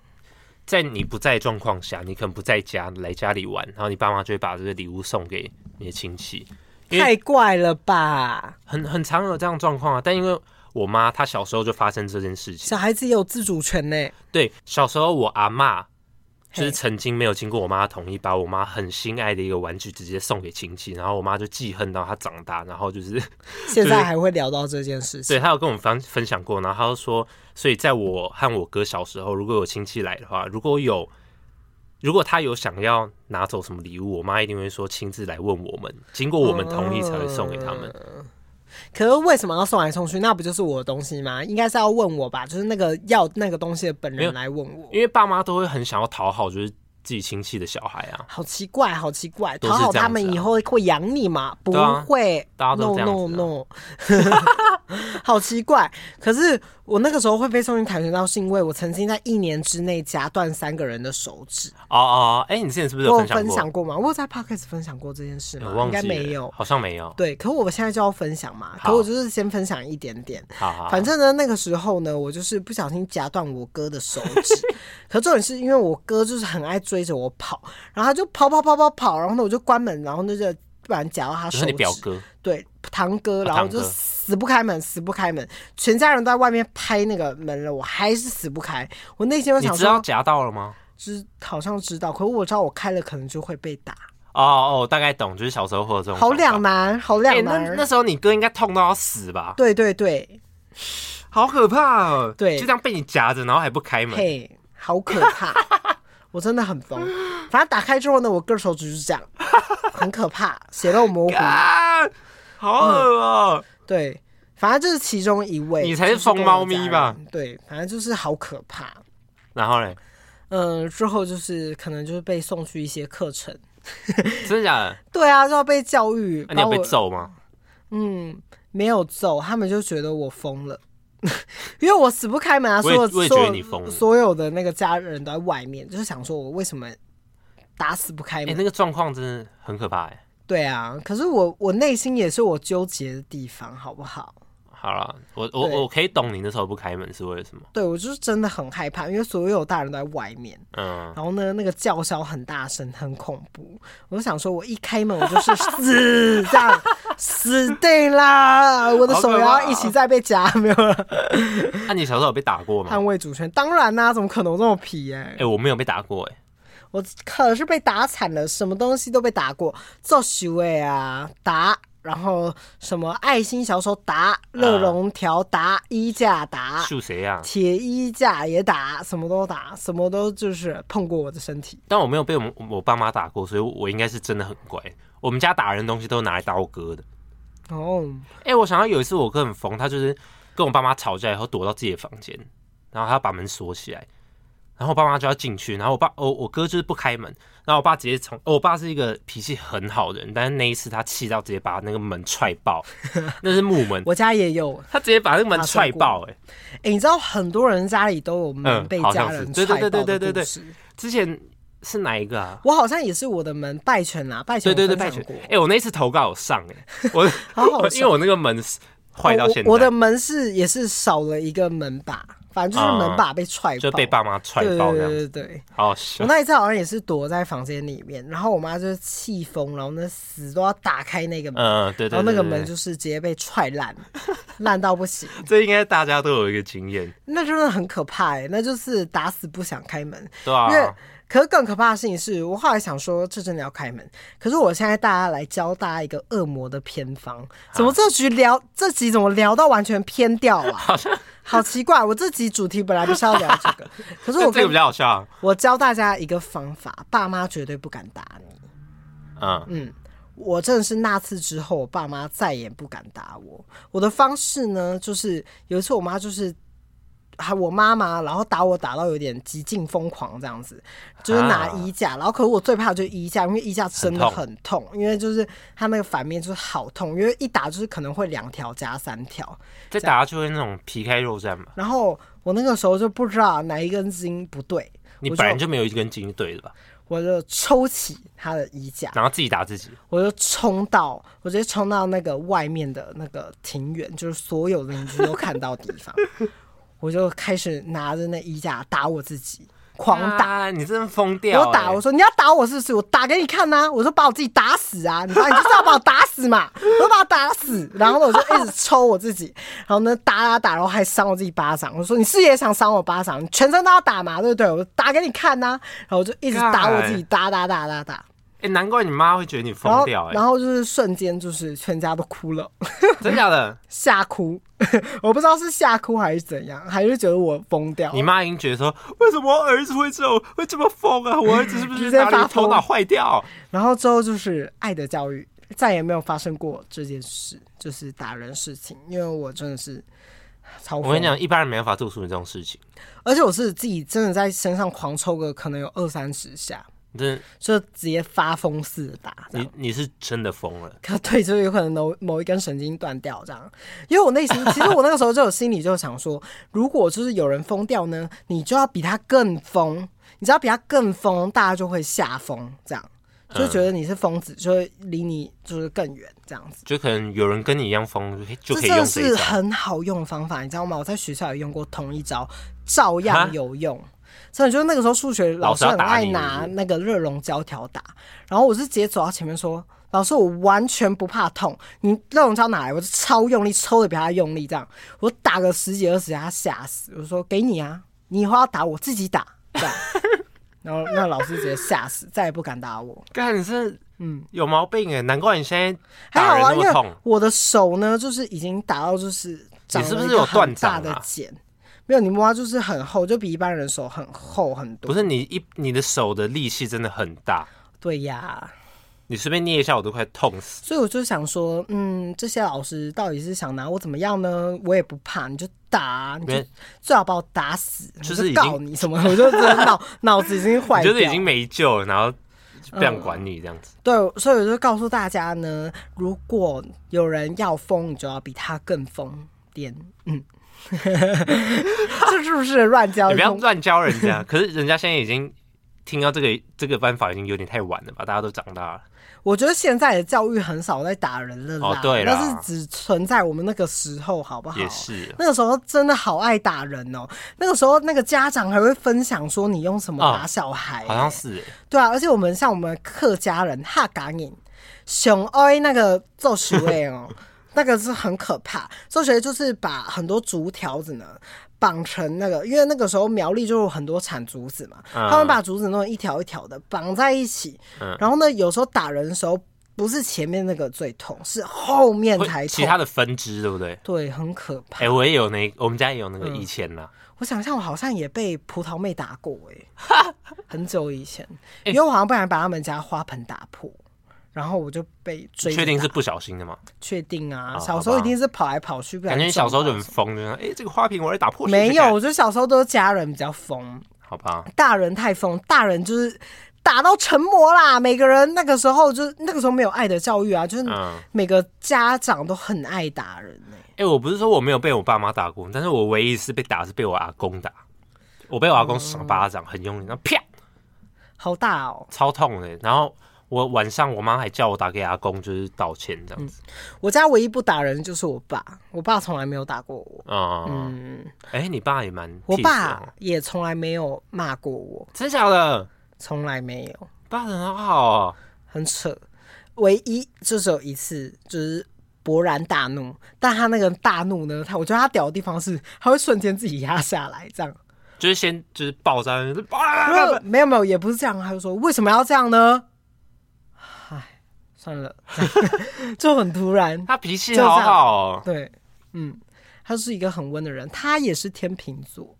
在你不在的状况下，你可能不在家来家里玩，然后你爸妈就会把这个礼物送给你的亲戚，因为
太怪了吧？
很很常有这样的状况啊。但因为我妈她小时候就发生这件事情，
小孩子也有自主权呢、
对，小时候我阿妈就是
嘿
曾经没有经过我妈的同意，把我妈很心爱的一个玩具直接送给亲戚，然后我妈就记恨到她长大，然后就是
现在还会聊到这件事情。
对她有跟我们分分享过，然后她就说，所以在我和我哥小时候，如果有亲戚来的话，如果有如果他有想要拿走什么礼物，我妈一定会说亲自来问我们，经过我们同意才会送给他们。
嗯可是为什么要送来送去？那不就是我的东西吗？应该是要问我吧，就是那个要那个东西的本
没有
人来问我。
因为爸妈都会很想要讨好，就是自己亲戚的小孩啊，
好奇怪，好奇怪！
都
讨
是
好
这样
他们
子啊
以后会养你吗？不
对啊
会、
大
n
家都
o
这样子啊啊
no no，好 奇怪。可是我那个时候会被送进跆拳道，是因为我曾经在一年之内夹断三个人的手指。
哦哦，哎、你之前是不是有
我有
分享
分
过？
享过吗？我有在 podcast 分享过这件事吗
我？忘
应
记
该
了，
没有。
好像没有。
对，可我现在就要分享嘛，
好
可我就是先分享一点点。
好好，好
反正呢，那个时候呢，我就是不小心夹断我哥的手 指。可重点是因为我哥就是很爱追着我跑，然后他就跑跑跑跑跑，然后呢我就关门，然后那就不然夹到他手
就啊是
指。
你表哥，哦
对堂哥，然后我就
堂哥
死不开门，死不开门，全家人都在外面拍那个门了，我还是死不开。我内心就
你
想
知道
说，
夹到了吗？
知好像知道，可是我知道我开了可能就会被打，
哦哦，我大概懂，就是小时候会有这种
好
想
两
法。
难，好
哎、
两
那
难。
那时候你哥应该痛到要死吧？
对对对，
好可怕哦！
对
就这样被你夹着，然后还不开门。
嘿，好可怕， 我真的很疯。反正打开之后呢，我个手指就是这样，很可怕，血肉 模糊。
啊，好恶
嗯
哦、
对，反正就是其中一位，
你才是
就是跟
疯猫
我家
咪吧
人？对，反正就是好可怕。
然后嘞，
嗯，之后就是可能就是被送去一些课程。
真的假的？
对啊，就要被教育。
那、你有
把
被
我？
揍吗？
嗯，没有揍，他们就觉得我疯了。 因为我死不开门啊，
我
所
也
有
我也
所
觉得
有
你疯了
所有的那个家人都在外面，就是想说我为什么打死不开
哎、
门？
那个状况真的很可怕哎、
对啊，可是我我内心也是我纠结的地方，好不好？
好了，我我
对
我可以懂你那时候不开门是为了什么？
对我就是真的很害怕，因为所有大人都在外面，
嗯，
然后呢，那个叫嚣很大声，很恐怖。我就想说，我一开门我就是死这 样，死定啦！我的
好可
手也
怕啊
要一起再被夹，没有了。
那、啊你小时候有被打过吗
捍？卫主权，当然啦、怎么可能我这么皮哎、
哎、我没有被打过哎、
我可是被打惨了，什么东西都被打过，做行位啊，打，然后什么爱心小手打，热熔条打，衣架打，
秀谁啊呀？
铁衣架也打，什么都打，什么都就是碰过我的身体。
但我没有被我们我爸妈打过，所以我应该是真的很乖。我们家打人的东西都拿来打我哥的。
哦，
哎、我想到有一次我哥很疯，他就是跟我爸妈吵架以后躲到自己的房间，然后他把门锁起来，然后我爸妈就要进去，然后我爸哦我我哥就是不开门，然后我爸直接从、哦我爸是一个脾气很好的人，但是那一次他气到直接把那个门踹 爆，那是木门，
我家也有，
他直接把那个门踹爆、哎，
哎、你知道很多人家里都有门
嗯
被
好像
家人
嗯是对对
踹爆
对
的
对对对
故
对
事。
之前是哪一个啊？
我好像也是我的门败犬啦，败犬
对对
我
对，
分
拜
享
犬
过，。
哎、我那次投稿有上哎、我
好好笑哦
因为我那个门是坏到现在，
我我的门是也是少了一个门把，反正就是门把被踹爆，
啊就被爸妈踹
对
爆这
对
样子，
对对对。
好好
我
笑。
那一次好像也是躲在房间里面，然后我妈就是气疯，然后呢死都要打开那个门，
嗯，对对对
然后那个
对
门
对
就是直接被踹烂，烂到不行，
这应该大家都有一个经验，
那真的很可怕哎、那就是打死不想开门。
对
因为
啊，
可是更可怕的事情是我后来想说，这真的要开门。可是我现在大家来教大家一个 恶魔的偏方，怎么这局聊这集怎么聊到完全偏掉啊？好奇怪，我这集主题本来不是要聊这个，可是
这
我
这个
跟
比较好笑啊。
我教大家一个方法，爸妈绝对不敢打你。
嗯，
嗯，我真的是那次之后，我爸妈再也不敢打我。我的方式呢，就是有一次我妈就是。还我妈妈，然后打我打到有点极尽疯狂这样子，就是拿
啊
衣架，然后可是我最怕就是衣架，因为衣架真的
很痛
很痛，因为就是它那个反面就是好痛，因为一打就是可能会两条加三条，
再打下去会那种皮开肉绽嘛。
然后我那个时候就不知道哪一根筋不对，
你
我
本来
就
就没有一根筋对的吧？
我就抽起他的衣架，
然后自己打自己，
我就冲到，我直接冲到那个外面的那个庭院，就是所有邻居都看到的地 方，我就开始拿着那衣架打我自己，狂打。
啊！你真的疯掉、欸！
我打，我说你要打我是不是？我打给你看呐、我说把我自己打死啊！你把你就是要把我打死嘛！我说把我打死，然后呢我就一直抽我自己，然后呢打打打，然后还伤我自己巴掌。我说你是不是也想伤我巴掌？你全身都要打嘛，对不对？我打给你看呐、然后我就一直打我自己，打打打打打。
哎、难怪你妈会觉得你
然
疯
后
掉、欸，哎
然后就是瞬间就是全家都哭了，
真假的？
吓哭， 我不知道是吓哭还是怎样，还是觉得我疯掉
你。妈已经觉得说，为什么我儿子会这种会这么疯 啊？我儿子是不
直
是哪
接发
里
疯
头脑坏掉？
然后之后就是爱的教育，再也没有发生过这件事，就是打人事情，因为我真的是超
我跟
疯
你，讲，一般人没办法做出你这种事情，
而且我是自己真的在身上狂抽个可能有二三十下，
你真的，
就直接发疯似的打这样
你。你是真的疯了。
可对，就是有可能某某一根神经断掉这样。因为我内心，其实我那个时候就有心里就想说，如果就是有人疯掉呢，你就要比他更疯，你只要比他更疯，大家就会吓疯，这样就觉得你是疯子，就会离你就是更远这样子。
就可能有人跟你一样疯，就可以
这真
用
的
这一
是
招。
很好用的方法，你知道吗？我在学校也用过同一招，照样有用。真的，就是那个时候数学老师很爱
老师要打
拿
你
那个热熔胶条打，然后我是直接走到前面说：“老师，我完全不怕痛，你热熔胶拿来，我就超用力抽的比他用力，这样我打个十几二十下，他吓死。我说给你啊，你以后要打我自己打，这样。然后那老师直接吓死，再也不敢打我。
干，你是
嗯
有毛病哎！难怪你现在
还
打
好
人
啊，
那
因
么痛
为。我的手呢，就是已经打到就是长了
你是不
一
是
个
有
很大
断掌啊
的茧。没有，你摸它啊就是很厚，就比一般人手很厚很多。
不是你一你的手的力气真的很大，
对呀，
你随便捏一下我都快痛死。
所以我就想说，嗯，这些老师到底是想拿我怎么样呢？我也不怕，你就打啊，你就
没
最好把我打死，
就
我
是已经
告你什么，我就真的 脑脑子已经坏
你
掉了，
觉得已经没救了，然后就不想管你这样子。
对，所以我就告诉大家呢，如果有人要疯，你就要比他更疯点。嗯， 这是不是乱教
你
育
不要
风？
乱教人 家。可是人家现在已经听到这个这个办法已经有点太晚了吧？大家都长大了。
我觉得现在的教育很少在打人了啦，
哦对啦
那是只存在我们那个时候，好不好？
也是啊
那个时候真的好爱打人哦，那个时候那个家长还会分享说你用什么
啊
打小孩、
好像是欸
对啊，而且我们像我们客家人哈嘎人，熊哀那个做熟位 哦，那个是很可怕。做熟就是把很多竹条子呢绑成那个，因为那个时候苗栗就有很多产竹子嘛，
嗯
他们把竹子弄成一条一条的绑在一起，
嗯
然后呢，有时候打人的时候不是前面那个最痛，是后面才
会其
痛。
他的分支对 不对？
对，很可怕。
哎、我也有那，我们家也有那
嗯
个以前呐、
我想象我好像也被葡萄妹打过 哎、很久以前，
欸
因为我好像不然把他们家花盆打破，然后我就被追着打。
确定是不小心的吗？
确定啊，
哦
小时候
好
一
吧
定是跑来跑去，不然
感觉你小时候就
撞到
很疯，就说哎、这个花瓶我来打破。
没
试试看
有，我觉得小时候都是家人比较疯，
好吧？
大人太疯，大人就是打到成魔啦。每个人那个时候就是那个时候没有爱的教育啊，就是
嗯，
每个家长都很爱打人哎、
哎、我不是说我没有被我爸妈打过，但是我唯一一次被打是被我阿公打，我被我阿公赏巴掌，很用力，然后啪，
好大哦！
超痛的。然后我晚上我妈还叫我打给阿公，就是道歉这样子。
我家唯一不打人就是我爸，我爸从来没有打过我。
嗯，
嗯，
哎、你爸也蛮 peace 的哦，
我爸也从来没有骂过我，
真假的，
从来没有，
爸人好好、哦，
很扯。唯一就只有一次，就是勃然大怒，但他那个大怒呢，他我觉得他屌的地方是，他会瞬间自己压下来，这样。
就是先就是爆炸，就是
没有
啊
没有没有，也不是这样，他就说为什么要这样呢？唉， 算了，就很突然。
他脾气
就这样
好好、哦。
对，嗯，他是一个很温的人，他也是天秤座，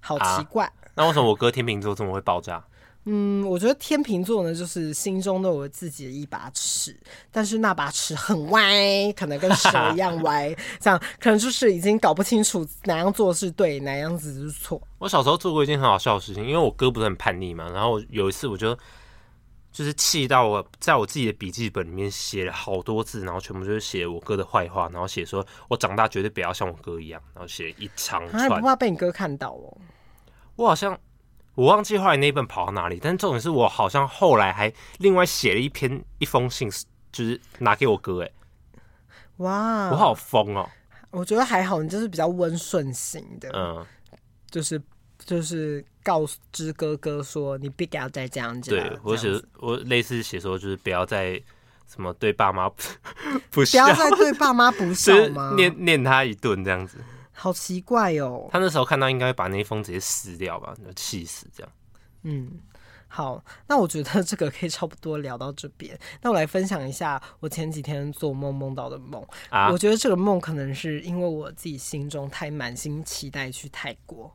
好
啊
奇怪。
那为什么我哥天秤座这么会爆炸？
嗯，我觉得天秤座呢，就是心中都有自己的一把尺，但是那把尺很歪，可能跟蛇一样 歪，这样可能就是已经搞不清楚哪样做是对，哪样子是错。
我小时候做过一件很好笑的事情，因为我哥不是很叛逆嘛，然后我有一次我就就是气到我在我自己的笔记本里面写了好多字，然后全部就是写我哥的坏话，然后写说我长大绝对不要像我哥一样，然后写一长
啊，你不
串。
怕被你哥看到哦？
我好像我忘记后来那一本跑到哪里，但重点是我好像后来还另外写了一篇一封信，就是拿给我哥、欸，
哇，
我好疯哦、
我觉得还好，你就是比较温顺型的，
嗯，
就是就是告知哥哥说你别给他再这样子啦。
对我
这样
写
子
我类似写说就是不要再什么对爸妈 不
不
孝
要。再对爸妈 不孝
就是
吗？
念念他一顿这样子。
好奇怪哦。
他那时候看到应该会把那一封直接撕掉吧，就气死这样。
嗯，好，那我觉得这个可以差不多聊到这边。那我来分享一下我前几天做梦梦到的梦。
啊
我觉得这个梦可能是因为我自己心中太满心期待去泰国。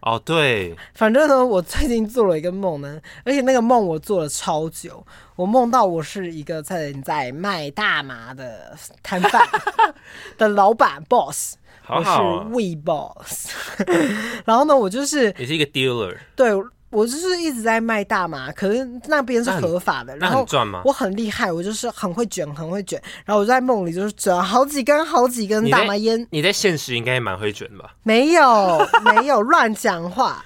哦，对，
反正呢，我最近做了一个梦呢，而且那个梦我做了超久，我梦到我是一个在在卖大麻的摊 贩的老板 boss，
好好
我
哦
是，we boss，然后呢，我就是
你是一个 dealer，
对我就是一直在卖大麻，可是那边是
那很
合法的，
那
然后
很赚吗？
我很厉害，我就是很会卷，很会卷，然后我就在梦里就是卷好几根好几根
你在
大麻烟，
你在现实应该蛮会卷吧？
没 有没有乱讲话。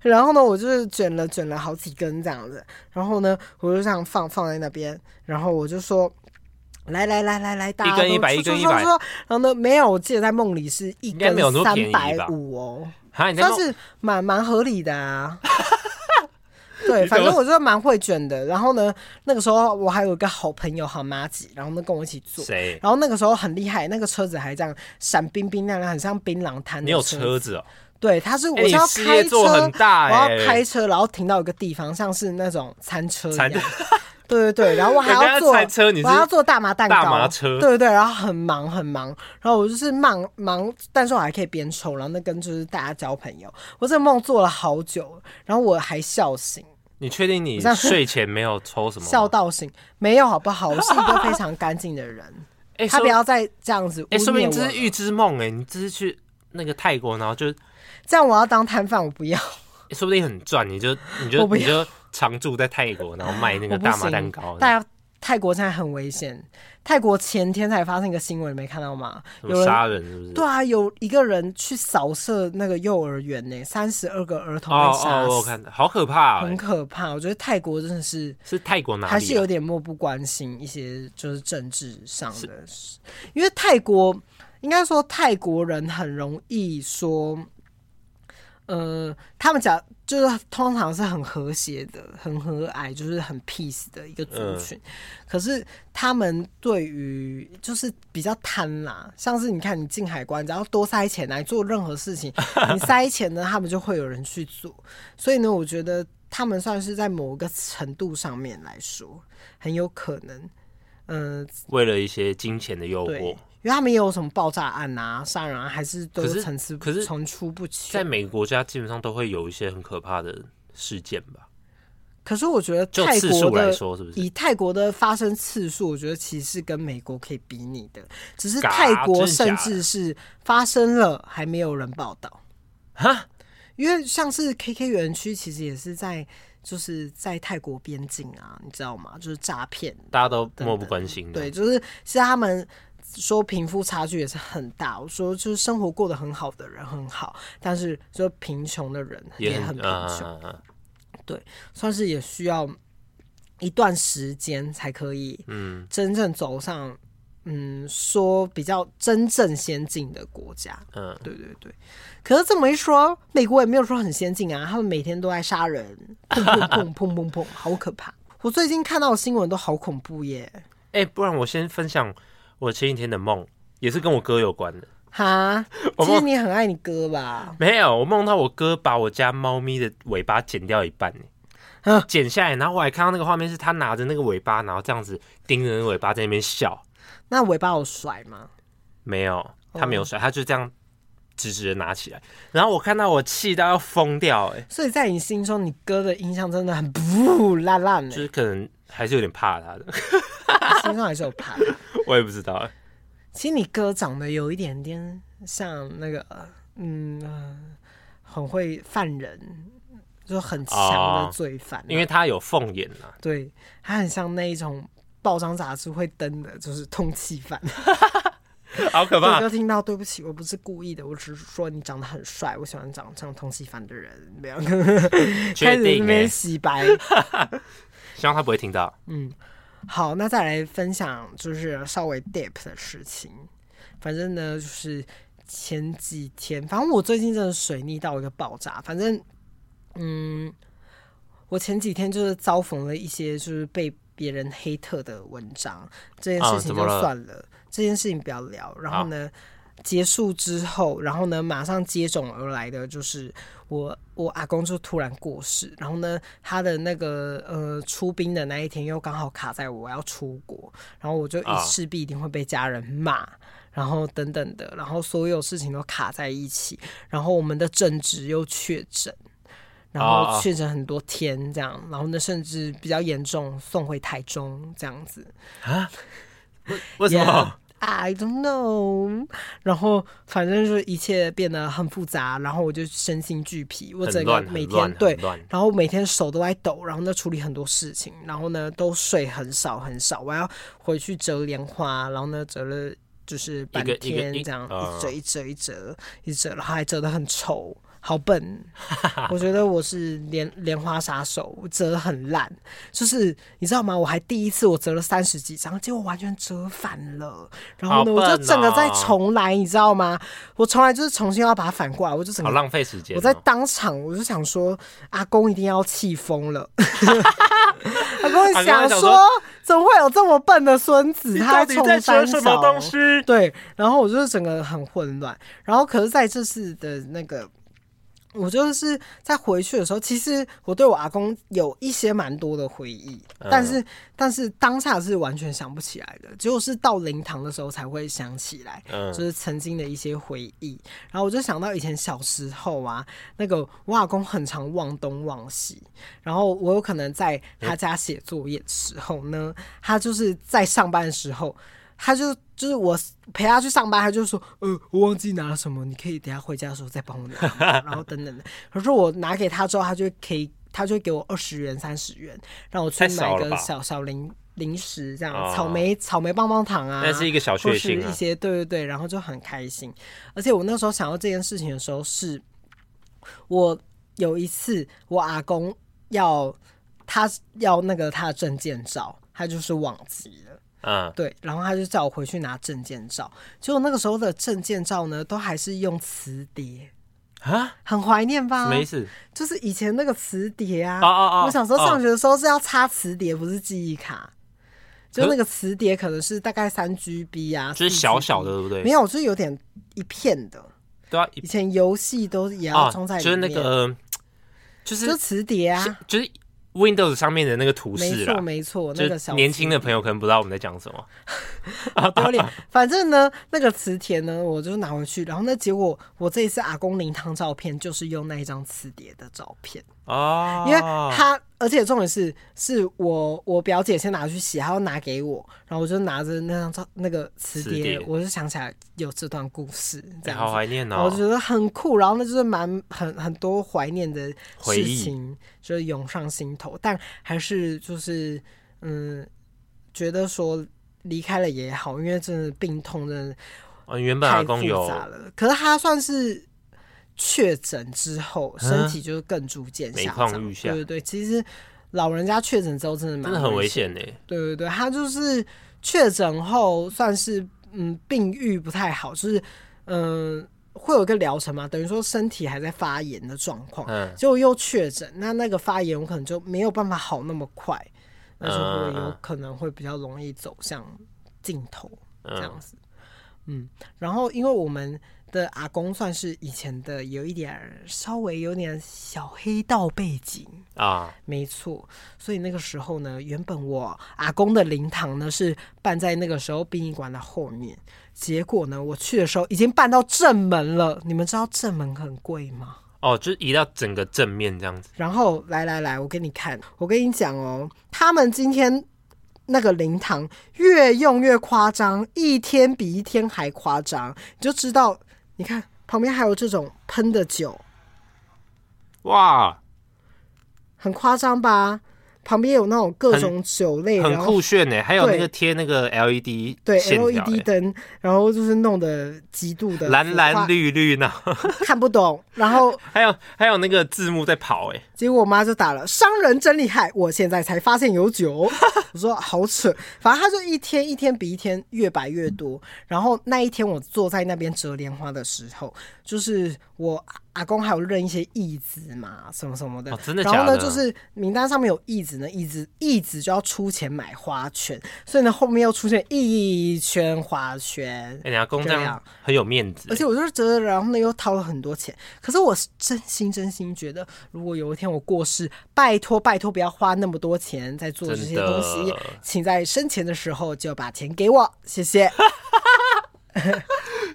然后呢，我就是卷了卷了好几根这样子，然后呢，我就这样放放在那边，然后我就说，来来来来来，大家
一根
都
一百
出
一根
出
一
出
百
出然后呢，没有，我记得在梦里是一
应该
根
没有那么
三
便宜
百
吧
五哦。
啊，你在
算
弄
是蛮蛮合理的 啊。对，
你怎
反
么
正我就蛮会卷的。然后呢，那个时候我还有一个好朋友好妈吉，然后呢跟我一起做。
谁？
然后那个时候很厉害，那个车子还这样闪冰冰亮亮，很像槟榔摊。
你有？车子哦？
对，他是
哎
我
你
是要
事
开
业
车，
做很大
我
哎
要，开车，然后停到一个地方，像是那种餐车一样
餐。
对 对对，然后我还
人家
要做
餐车你是
我还要做大麻蛋糕，
大麻车
对对对，然后很忙很忙，然后我就是忙忙，但是我还可以边抽，然后那跟就是大家交朋友。我这个梦做了好久，然后我还笑醒，
你确定你
这样
睡前没有抽什么吗？
笑到醒，没有好不好？我是一个非常干净的人，
哎，
他
说
不要再这样子污
哎，说
蔑
明
我
这是
了。
预知梦哎，你这是去那个泰国，然后就
这样我要当摊贩，我不要，
哎说不定很赚，你就你
我
就
不
你就常住在泰国，然后卖那
我
个
不
大麻
行。
蛋糕。
大家泰国现在很危险，泰国前天才发生一个新闻，你没看到吗？
什
有
么
人
杀人是不是？
对啊，有一个人去扫射那个幼儿园呢、三十二个儿童
哦
被
哦，
杀
我有
死，
看到，好可怕哦！
很可怕。我觉得泰国真的是
是泰国哪里、啊？
还是有点漠不关心一些就是政治上的事，因为泰国应该说泰国人很容易说，呃，他们讲就是通常是很和谐的、很和蔼，就是很 peace 的一个族群。
嗯
可是他们对于就是比较贪啦，像是你看你进海关，只要多塞钱来做任何事情，你塞钱呢，他们就会有人去做。所以呢，我觉得他们算是在某个程度上面来说，很有可能，嗯、
为了一些金钱的诱
对，
惑
因，为他们也有什么爆炸案啊、杀人案，还是都
可是
层出
可是
层出不穷
在。每个国家基本上都会有一些很可怕的事件吧？
可是我觉得
就
泰
次
国
数来
的。
说，是不是？
以泰国的发生次数，我觉得其实是跟美国可以比拟的，只是
嘎
泰国
真的假
甚
的
至是发生了还没有人报道。
哈，
因为像是 KK 园区，其实也是在就是在泰国边境啊，你知道吗？就是诈骗，
大家都漠不关心的。
对，就是其实他们说贫富差距也是很大。我说就是生活过得很好的人很好，但是就贫穷的人也
也
很
很
贫
啊
穷，
啊啊啊
算是也需要一段时间才可以
嗯，
真正走上嗯说比较真正先进的国家。
嗯，
对对对，可是这么一说，美国也没有说很先进啊，他们每天都在杀人，砰砰砰砰砰砰，好可怕！我最近看到的新闻都好恐怖耶，
哎、不然我先分享我前几天的梦，也是跟我哥有关的。
哈，
我
其实
梦
你很爱你哥吧？
没有，我梦到我哥把我家猫咪的尾巴剪掉一半呢
啊，
剪下来，然后我还看到那个画面是他拿着那个尾巴，然后这样子盯着那个尾巴在那边笑。
那尾巴有甩吗？
没有，
哦
他没有甩，他就这样直直的拿起来。然后我看到我气到要疯掉、欸，哎，
所以在你心中，你哥的印象真的很 不烂烂
就
的，
是可能还是有点怕他的，
心中还是有怕。
我也不知道、 欸。
其实你哥长得有一点点像那个，嗯，呃很会犯人，就很强
哦
的罪犯啊、
因为他有凤眼啊，
对他很像那一种报章杂志会登的，就是通缉犯。
好可
我
怕
哥！听到，对不起，我不是故意的，我只是说你长得很帅，我喜欢长像通缉犯的人，这样 开
确
始那
定、欸
边，洗白。
希望他不会听到。
好，那再来分享就是稍微 deep 的事情。反正呢，就是前几天，反正我最近真的水逆到一个爆炸。反正，嗯，我前几天就是遭逢了一些就是被别人黑特的文章，这件
啊
事情
怎
就
么了
算了，这件事情不要聊。然后
好
呢，结束之后，然后呢，马上接踵而来的就是我我阿公就突然过世，然后呢，他的那个呃出兵的那一天又刚好卡在我要出国，然后我就一
啊
势必一定会被家人骂。然后等等的，然后所有事情都卡在一起，然后我们的正职又确诊，然后
啊
确诊很多天这样，然后呢甚至比较严重送回台中这样子，
为什么？
I don't know。然后反正就是一切变得很复杂，然后我就身心俱疲，我整
很
个
乱，
每
很
天
乱，
对
很，乱。
然后每天手都在抖，然后呢处理很多事情，然后呢都睡很少很少，我还要回去折莲花，然后呢折了就是半
一个一个
天
一
这样，
呃
一折一折一折一折，然后还折得很丑。好 笨，我觉得我是莲莲花杀手，我折得很烂，就是你知道吗？我还第一次我折了三十几张，结果完全折反了，然后呢、
好笨
我就整个再
哦
重来，你知道吗？我重来就是重新要把它反过来，我就整
好
个
浪费时间哦、
我在当场我就想说，阿公一定要气疯 了。阿公会想
阿公会想
说
说，
怎么会有这么笨的孙子？
你
他
到
还
底
冲
在
三
学什么
小
东西？
对，然后我就是整个很混乱。然后可是在这次的那个，我就是在回去的时候，其实我对我阿公有一些蛮多的回忆，但是但是当下是完全想不起来的，只有是到灵堂的时候才会想起来。
嗯
就是曾经的一些回忆。然后我就想到以前小时候啊，那个我阿公很常忘东忘西，然后我有可能在他家写作业的时候呢，他就是在上班的时候。他就就是我陪他去上班，他就说，呃，我忘记拿了什么，你可以等一下回家的时候再帮我拿 嘛，然后等等的。可是我拿给他之后，他就可以，他就会给我二十元、三十元，让我去
太少
买
了
个
吧
小小零零食，这样、
哦
草莓草莓棒棒糖啊，
那是一个小
或是
确幸啊
一，些对对对，然后就很开心。而且我那时候想到这件事情的时候是，我有一次我阿公要他要那个他的证件照，他就是忘记了。
嗯，
对，然后他就叫我回去拿证件照，结果那个时候的证件照呢，都还是用磁碟，
啊，
很怀念
什
吧
么？意思？
就是以前那个磁碟啊，
哦哦哦
我小时候
哦
上学的时候是要插磁碟，不是记忆卡。就
可
那个磁碟可能是大概三 GB 啊，
就是
4
小小
GB
的，对不对
没？有，就是有点一片的。
对啊，
以
一
前游戏都也要
啊，
装在里
就
面，
是那个，就是
就磁碟啊，
就是 Windows 上面的那个图
没
示
错
啦。
没错，那
就
个小
年轻的
磁
朋友可能不知道我们在讲 什么，
好丢脸。反正呢，那个磁碟呢，我就拿回去，然后呢，结果我这一次阿公灵堂照片就是用那一张磁碟的照片，
哦，
因为他，而且重点是，是我我表姐先拿去洗，她要拿给我，然后我就拿着那张照那个磁
磁
碟，
碟
我就想起来有这段故事，这
哎
样
好
子。
怀念
我
哦
就，觉得很酷，然后那就是蛮很很多怀念的
回
事
忆
情，就是涌上心头，但还是就是嗯，觉得说离开了也好，因为真的病痛真的
哦，原本
太
阿
复
公有
杂了。可是他算是确诊之后，
嗯
身体就更逐渐
每
下
况
降，
愈下
对对对，其实老人家确诊之后真的蛮
真的很危
危
险欸呢。
对对对，他就是确诊后算是嗯病愈不太好，就是嗯、呃会有一个疗程嘛，等于说身体还在发炎的状况，
嗯，
结果又确诊，那那个发炎我可能就没有办法好那么快，那就
嗯嗯
会
嗯
有可能会比较容易走向尽头这
嗯
样，子。嗯然后因为我们的阿公算是以前的有一点儿稍微有点小黑道背景，
啊，
没错，所以那个时候呢，原本我阿公的灵堂呢是办在那个时候殡仪馆的后面，结果呢，我去的时候已经办到正门了。你们知道正门很贵吗？
哦，就是移到整个正面这样子，
然后来来来，我给你看，我跟你讲哦，他们今天那个灵堂越用越夸张，一天比一天还夸张，你就知道，你看旁边还有这种喷的酒，
哇，
很夸张吧？旁边有那种各种酒类，
很
然后
酷炫呢。还有那
对
个贴那个 LED
对
线条欸
LED 灯，然后就是弄得极度的
蓝蓝
绿，
绿 绿呢，
看不懂。然后
还有还有那个字幕在跑哎、
结果我妈就打了“商人真厉害”，我现在才发现有酒。 我说好扯，反正他就一天一天比一天越摆越多。然后那一天我坐在那边折莲花的时候，就是我阿公还有认一些义子嘛，什么什么的。
哦真的
然后
假
呢，
的
就是名单上面有义子呢，义子义子就要出钱买花圈，所以呢后面又出现一圈花圈。
哎、欸，你阿公这
这
样
样
很有面子
啊
欸、
而且我就是觉得，然后呢又掏了很多钱。可是我是真心真心觉得，如果有一天我过世，拜托拜托不要花那么多钱在做这些
真
东
的
西，请在生前的时候就把钱给我，谢谢。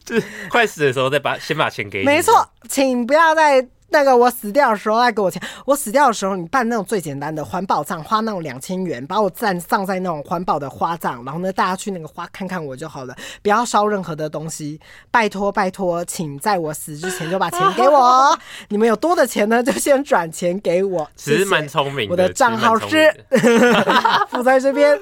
就是快死的时候再把先把钱给你，
没错，请不要在那个我死掉的时候再给我钱。我死掉的时候，你办那种最简单的环保葬，花那种两千元，把我葬葬在那种环保的花葬，然后呢，大家去那个花看看我就好了，不要烧任何的东西。拜托拜托，请在我死之前就把钱给 我。你们有多的钱呢，就先转钱给我。
其实
谢谢
蛮聪明
我
的
的账号
其实蛮
是附在这边。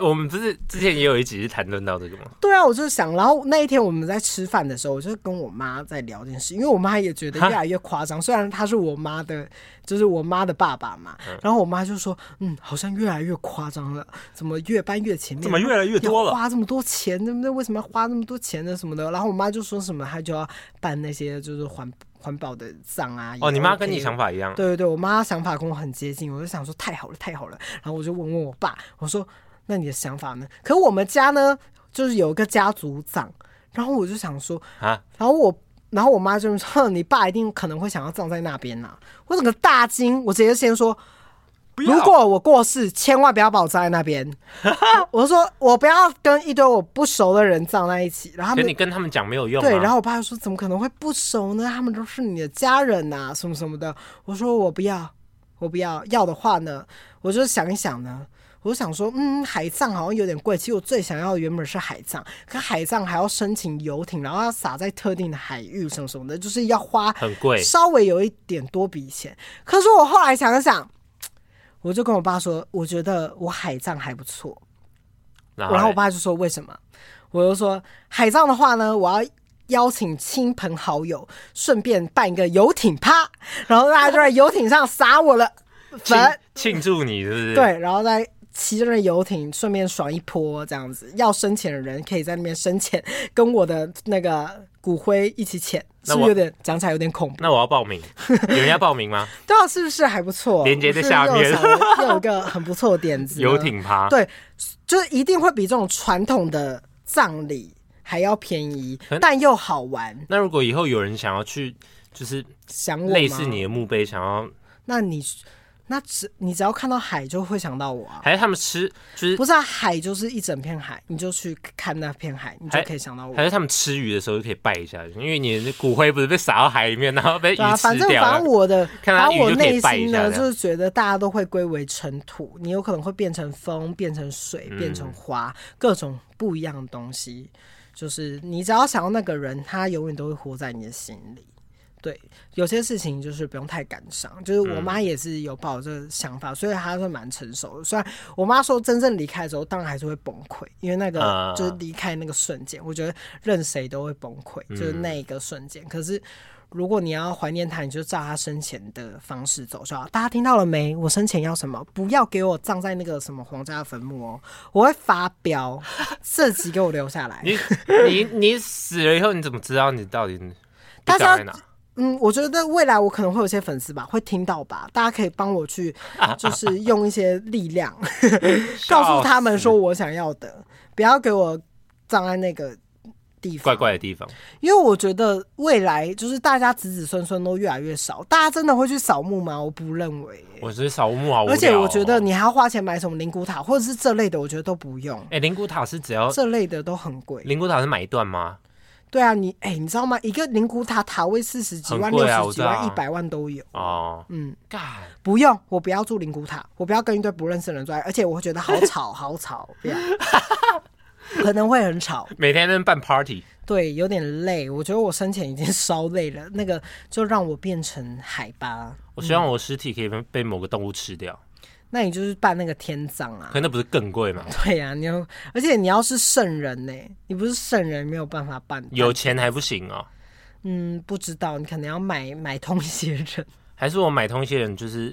我我们不是之前也有一集是谈论到这个吗？
对啊，我就想，然后那一天我们在吃饭的时候，我就跟我妈在聊这件事，因为我妈也觉得越来越夸张。虽然她是我妈的，就是我妈的爸爸嘛，然后我妈就说：“嗯，好像越来越夸张了，怎么越搬越前面？
怎么越来越多了
要花这么多钱，对不对？为什么要花那么多钱呢？什么的？”然后我妈就说什么，她就要办那些就是环环保的葬啊。
哦，
也
你妈
OK
跟你想法一样，
对对对，我妈想法跟我很接近，我就想说太好了，太好了。然后我就问问我爸，我说那你的想法呢？可我们家呢，就是有一个家族葬，然后我就想说，
啊，
然后我。然后我妈就说：“哼你爸一定可能会想要葬在那边呐、我整个大惊，我直接先说：“
不
如果我过世，千万不要把我葬在那边。”我就说：“我不要跟一堆我不熟的人葬在一起。”然后他
可
们
你跟他们讲没有用、啊，
对，然后我爸就说：“怎么可能会不熟呢？他们都是你的家人呐、什么什么的。”我说：“我不要，我不要。要的话呢，我就想一想呢，我就想说，嗯，海葬好像有点贵。其实我最想要的原本是海葬，可海葬还要申请游艇，然后要撒在特定的海域什么什么的，就是要花
很贵
稍微有一点多笔钱。可是我后来想想，我就跟我爸说，我觉得我海葬还不错，
然
然后我
嘞
爸就说为什么？我就说海葬的话呢，我要邀请亲朋好友，顺便办一个游艇趴，然后大家就在游艇上撒我 的
庆
粉，
庆祝你是不是？，
对，然后再骑着那游艇顺便爽一波，这样子。要深潜的人可以在那边深潜，跟我的那个骨灰一起潜，是
那
不
我
是有点讲起来有点恐怖？
那我要报 名，有人要报名吗？
对啊，是不是还不错？
连接在
我是
下
又
面
想了又有一个很不错的点子呢，
游艇趴，
对，就是一定会比这种传统的葬礼还要便宜，
嗯
但又好玩。
那如果以后有人想要去，就是
想我吗
类似你，的墓碑，想要
那你那只你只要看到海就会想到我啊。
还是他们吃，就是
不是、啊、海就是一整片海，你就去看那片海，你就
还
可以想到我
还。是他们吃鱼的时候就可以拜一下，因为你的骨灰不是被撒到海里面，然后被鱼
对啊，反
吃
正
掉
反正
了。
我的，
看
反
到
正
鱼
我
就可以
内
拜一
心
下
呢，
这样
就是觉得大家都会归为尘土，你有可能会变成
嗯
风，变成水，变成花，各种不一样的东西。就是你只要想要那个人，他永远都会活在你的心里。对，有些事情就是不用太感伤。就是我妈也是有抱这个想法，所以她是蛮成熟的。虽然我妈说真正离开的时候，当然还是会崩溃，因为那个
啊
就是离开那个瞬间，我觉得任谁都会崩溃，就是那一个瞬间。可是如果你要怀念他，你就照他生前的方式走就好。大家听到了没？我生前要什么？不要给我葬在那个什么皇家的坟墓哦，我会发飙。这集给我留下来。
你你你死了以后，你怎么知道你到底
大
被
家
葬在哪？
嗯，我觉得未来我可能会有些粉丝吧，会听到吧，大家可以帮我 去，就是用一些力量告诉他们说我想要的，不要给我葬在那个地方，
怪怪的地方。
因为我觉得未来就是大家子子孙孙都越来越少，大家真的会去扫墓吗？我不认为耶、
我觉得扫墓好无聊哦、
而且我觉得你还要花钱买什么灵骨塔或者是这类的，我觉得都不用，
哎、灵骨塔是只要
这类的都很贵。
灵骨塔是买断吗？
对啊，你哎、你知道吗？一个灵骨塔塔位四十几万、
很
六
贵啊
十几
我
万、
知
一
道
百万都有。
哦，
嗯，
干，
不用，我不要住灵骨塔，我不要跟一堆不认识的人住在，而且我会觉得好吵，好吵，不要，可能会很吵。
每天在那边办 party，
对，有点累。我觉得我生前已经烧累了，那个就让我变成海巴。
我希望我尸体可以被被某个动物吃掉，
那你就是办那个天葬啊
可。那不是更贵吗？
对呀、啊，你要，而且你要是圣人呢、欸你不是圣人没有办法办。
有钱还不行哦、
嗯，不知道，你可能要买买通一些人。
还是我买通一些人，就是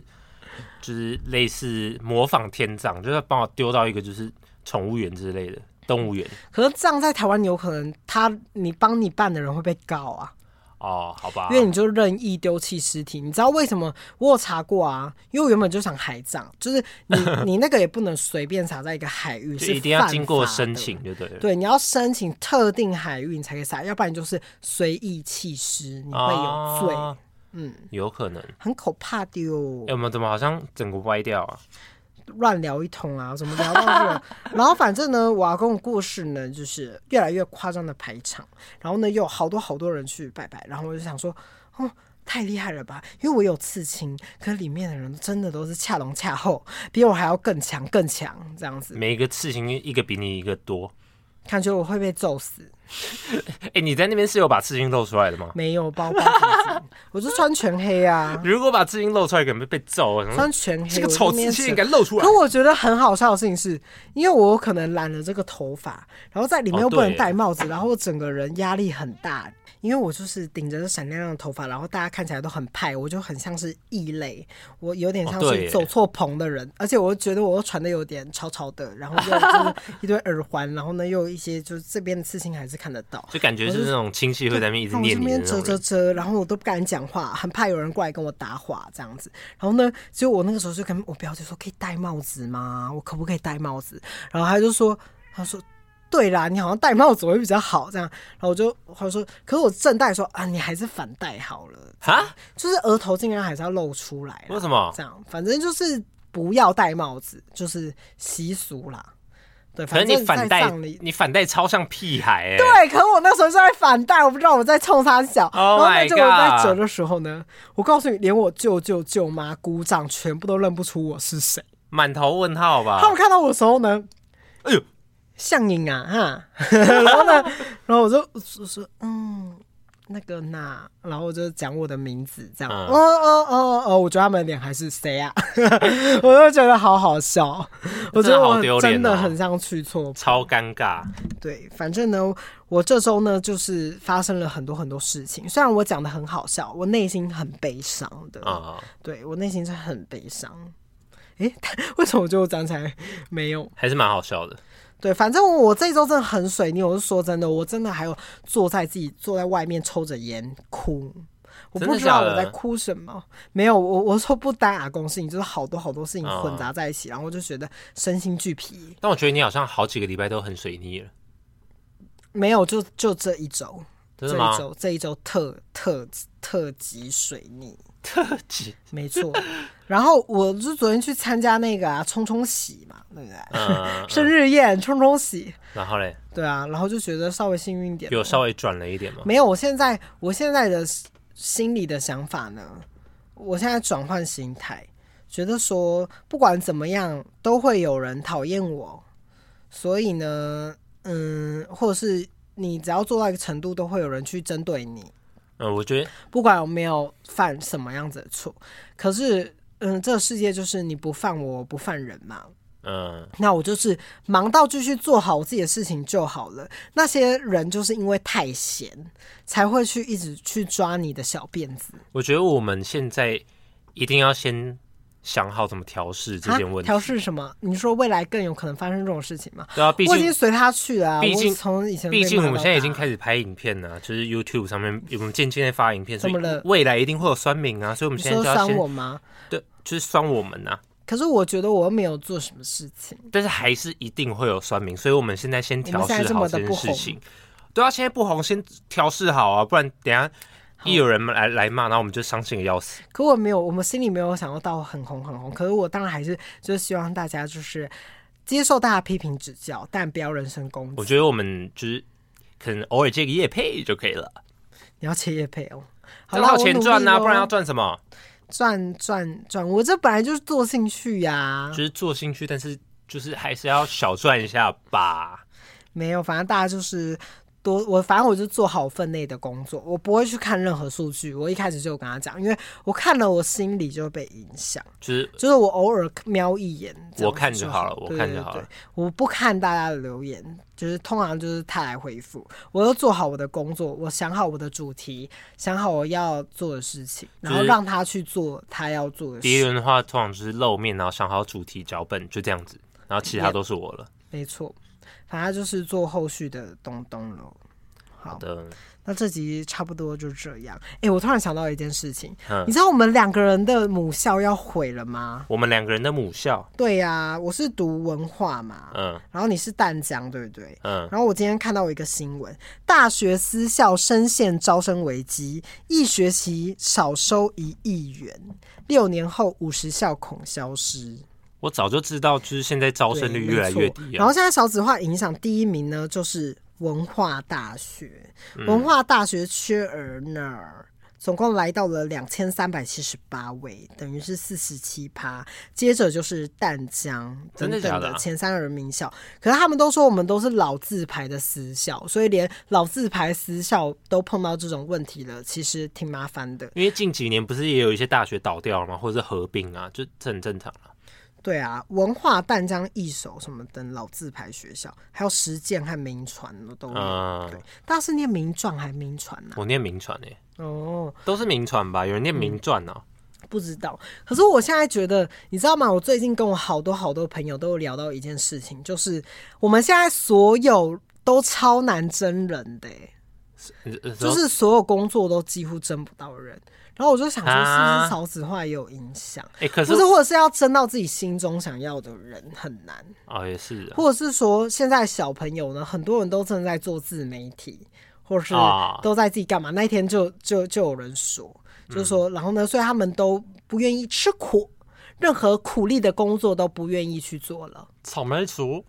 就是类似模仿天葬，就是帮我丢到一个就是宠物园之类的动物园
可是葬在台湾有可能他你帮你办的人会被告啊，
哦，好吧
因，为你就任意丢弃尸体。你知道为什么？我有查过啊，因为我原本就想海葬，就是 你你那个也不能随便撒在一个海域，
就是一定要
犯
经过
法
申
的
请就对了。
对，你要申请特定海域你才可以撒，要不然你就是随意弃尸，你会有罪，
啊
嗯，
有可能。
很可怕的哦哟
哎、。我们怎么好像整个歪掉啊？
乱聊一通啊，怎么聊到 这个？然后反正呢，我阿公的故事呢，就是越来越夸张的排场，然后呢，又有好多好多人去拜拜，然后我就想说，哦。太厉害了吧！因为我有刺青，可是里面的人真的都是恰龙恰后，比我还要更强更强，这样子，
每一个事情一个比你一个多。
感觉我会被揍死。
哎、你在那边是有把刺青露出来的吗？
没有包包刺青，我就穿全黑啊。
如果把刺青露出来，可能会被揍啊。什么
穿全黑，
这个
我
丑
在那边
刺青
扯
应该露出来
可。我觉得很好笑的事情是，因为我可能染了这个头发，然后在里面
哦
又不能
对
戴帽子，然后我整个人压力很大，因为我就是顶着这闪亮亮的头发，然后大家看起来都很派，我就很像是异类，我有点像
哦对
是
耶
走错棚的人，而且我觉得我又穿的有点潮潮的，然后又就是一堆耳环，然后呢又有一些就是这边的刺青还是看得到。
就感觉是那种亲戚会在那边一直
那我
念
这
你的
边
那种
遮
人
遮遮，然后我都不敢讲话，很怕有人过来跟我搭话这样子。然后呢，结果我那个时候就跟我表姐说，可以戴帽子吗？我可不可以戴帽子？然后她就说，她说。对啦，你好像戴帽子会比较好，这样。然后我就她说，可是我正戴说啊，你还是反戴好了，
哈，
就是额头竟然还是要露出来啦。
为什么？
这样？反正就是不要戴帽子，就是习俗啦。对，
可是
反
你
正
反
在
戴
葬礼，
你反戴超像屁孩哎、
对，可我那时候就在反弹，我不知道我在冲他笑。然
Oh
后那
my
就我在
God
折的时候呢，我告诉你，连我舅舅、舅妈、姑丈全部都认不出我是谁。
满头问号吧
他？们看到我的时候呢，
哎呦，
像影啊 哈，然后呢，然后我就说说嗯。那个呐，然后我就讲我的名字，这样，
嗯
哦哦哦哦，我觉得他们的脸还是谁啊？ 我就觉得好好笑，我觉得
真的好丢
我
脸哦
真的很像去错
超尴尬。
对，反正呢，我这周呢就是发生了很多很多事情。虽然我讲的很好笑，我内心很悲伤的。
啊、
对我内心是很悲伤。诶， 为什么我觉得我讲起来没有？
还是蛮好笑的。
对，反正我这周真的很水逆。我是说真的，我真的还有坐在自己坐在外面抽着烟哭。我
真
不
的
知
假
道我在
的
哭什么，没有我我说不单阿公事情，就是好多好多事
啊
情混杂在一起，然后我就觉得身心俱疲。
但我觉得你好像好几个礼拜都很水逆了，
没有，就就这一周，
真
这
的
一
吗？
周这一周特特特级水逆， 没错。 然后我就昨天去参加那个啊冲冲喜嘛，对不对？
嗯，
生日宴冲冲喜，
然后嘞，
对啊，然后就觉得稍微幸运一点。
有稍微转了一点吗？
没有？我现在我现在的心里的想法呢，我现在转换心态，觉得说不管怎么样都会有人讨厌我，所以呢，嗯，或者是你只要做到一个程度，都会有人去针对你。
嗯，我觉得
不管有没有犯什么样子的错，可是，嗯，这个世界就是你不犯我，我不犯人嘛。
嗯，
那我就是忙到继续做好我自己的事情就好了。那些人就是因为太闲，才会去一直去抓你的小辫子
我觉得我们现在一定要先想好怎么调试这
啊
件问题。
调试什么？你说未来更有可能发生这种事情吗？
对啊，毕
我已经
竟
随他去了、啊，
毕竟
我从以前被
毕竟
骂
我们
到
现在已
大
经开始拍影片了，就是 YouTube 上面我们渐渐在发影片，所
怎
以
么了
未来一定会有酸民啊，所以我们
你
现在
说
就要
酸
先
我吗？
对，就是酸我们啊。
可是我觉得我又没有做什么事情。
但是还是一定会有酸民，所以我们现在先调
我们现
试
在这么
好
的
这
不
件
红
事情。对啊，现在不红先调试好啊，不然等一下一有人来来骂，然后我们就伤心的要死。
可我没有，我们心里没有想要到很红很红。可是我当然还是就是希望大家就是接受大家批评指教，但不要人身攻
我
击。
觉得我们就是可能偶尔借个夜配就可以了，
你要切叶配哦。好
这
啦
样还
我
有钱
努力
赚呐、啊
咯
不然要赚什么？
赚赚赚。我这本来就是做兴趣呀、
就是做兴趣，但是就是还是要小赚一下吧。
没有，反正大家就是多我，反正我就做好分内的工作，我不会去看任何数据。我一开始就有跟他讲，因为我看了，我心里就被影响。
就是
就是我偶尔瞄一眼，这样子
我看就好了
好
我看就好了
对对对我不看大家的留言，就是通常就是他来回复，我就做好我的工作，我想好我的主题，想好我要做的事情，然后
就是
让他去做他要做的
第一
事。
轮的话，通常就是露面，然后想好主题脚本，就这样子，然后其他
Yeah
都是我了。
没错，反正就是做后续的东东了。好
好的，
那这集差不多就这样。哎、我突然想到一件事情，
嗯
你知道我们两个人的母校要毁了吗？
我们两个人的母校，
对呀、我是读文化嘛，
嗯
然后你是淡江，对不对？
嗯，
然后我今天看到一个新闻，大学私校深陷招生危机，一学期少收一亿元，六年后五十校恐消失。
我早就知道，就是现在招生率
对
越来越
没错
低
然
啊
后。现在少子化影响第一名呢，就是文化大学，
嗯
文化大学缺额那儿。总共来到了两千三百七十八位，等于是四十七趴。接着就是淡江等
真的
等
假的啊
的前三人名校，可是他们都说我们都是老字牌的私校，所以连老字牌私校都碰到这种问题了，其实挺麻烦的。
因为近几年不是也有一些大学倒掉了吗，或者是合并啊，就这很正常了。
对啊，文化、淡江、一手什么等老字牌学校，还有实践和民传都有。
嗯
对，大家是念民传还民传呢、
我念名传啊诶、
哦，
都是名传吧？有人念
嗯
名传哦、
不知道。可是我现在觉得，你知道吗？我最近跟我好多好多朋友都有聊到一件事情，就是我们现在所有都超难真人的欸、
你你说
就是所有工作都几乎争不到人。然后我就想说，是不是
啊
少子化也有影响？
哎、可是
就是或者是要争到自己心中想要的人很难。
哦，也是啊
或者是说，现在小朋友呢，很多人都正在做自媒体，或者是
啊嗯
都在自己干嘛。那一天就就就有人说，就是说，然后呢，所以他们都不愿意吃苦，任何苦力的工作都不愿意去做了。
草莓族，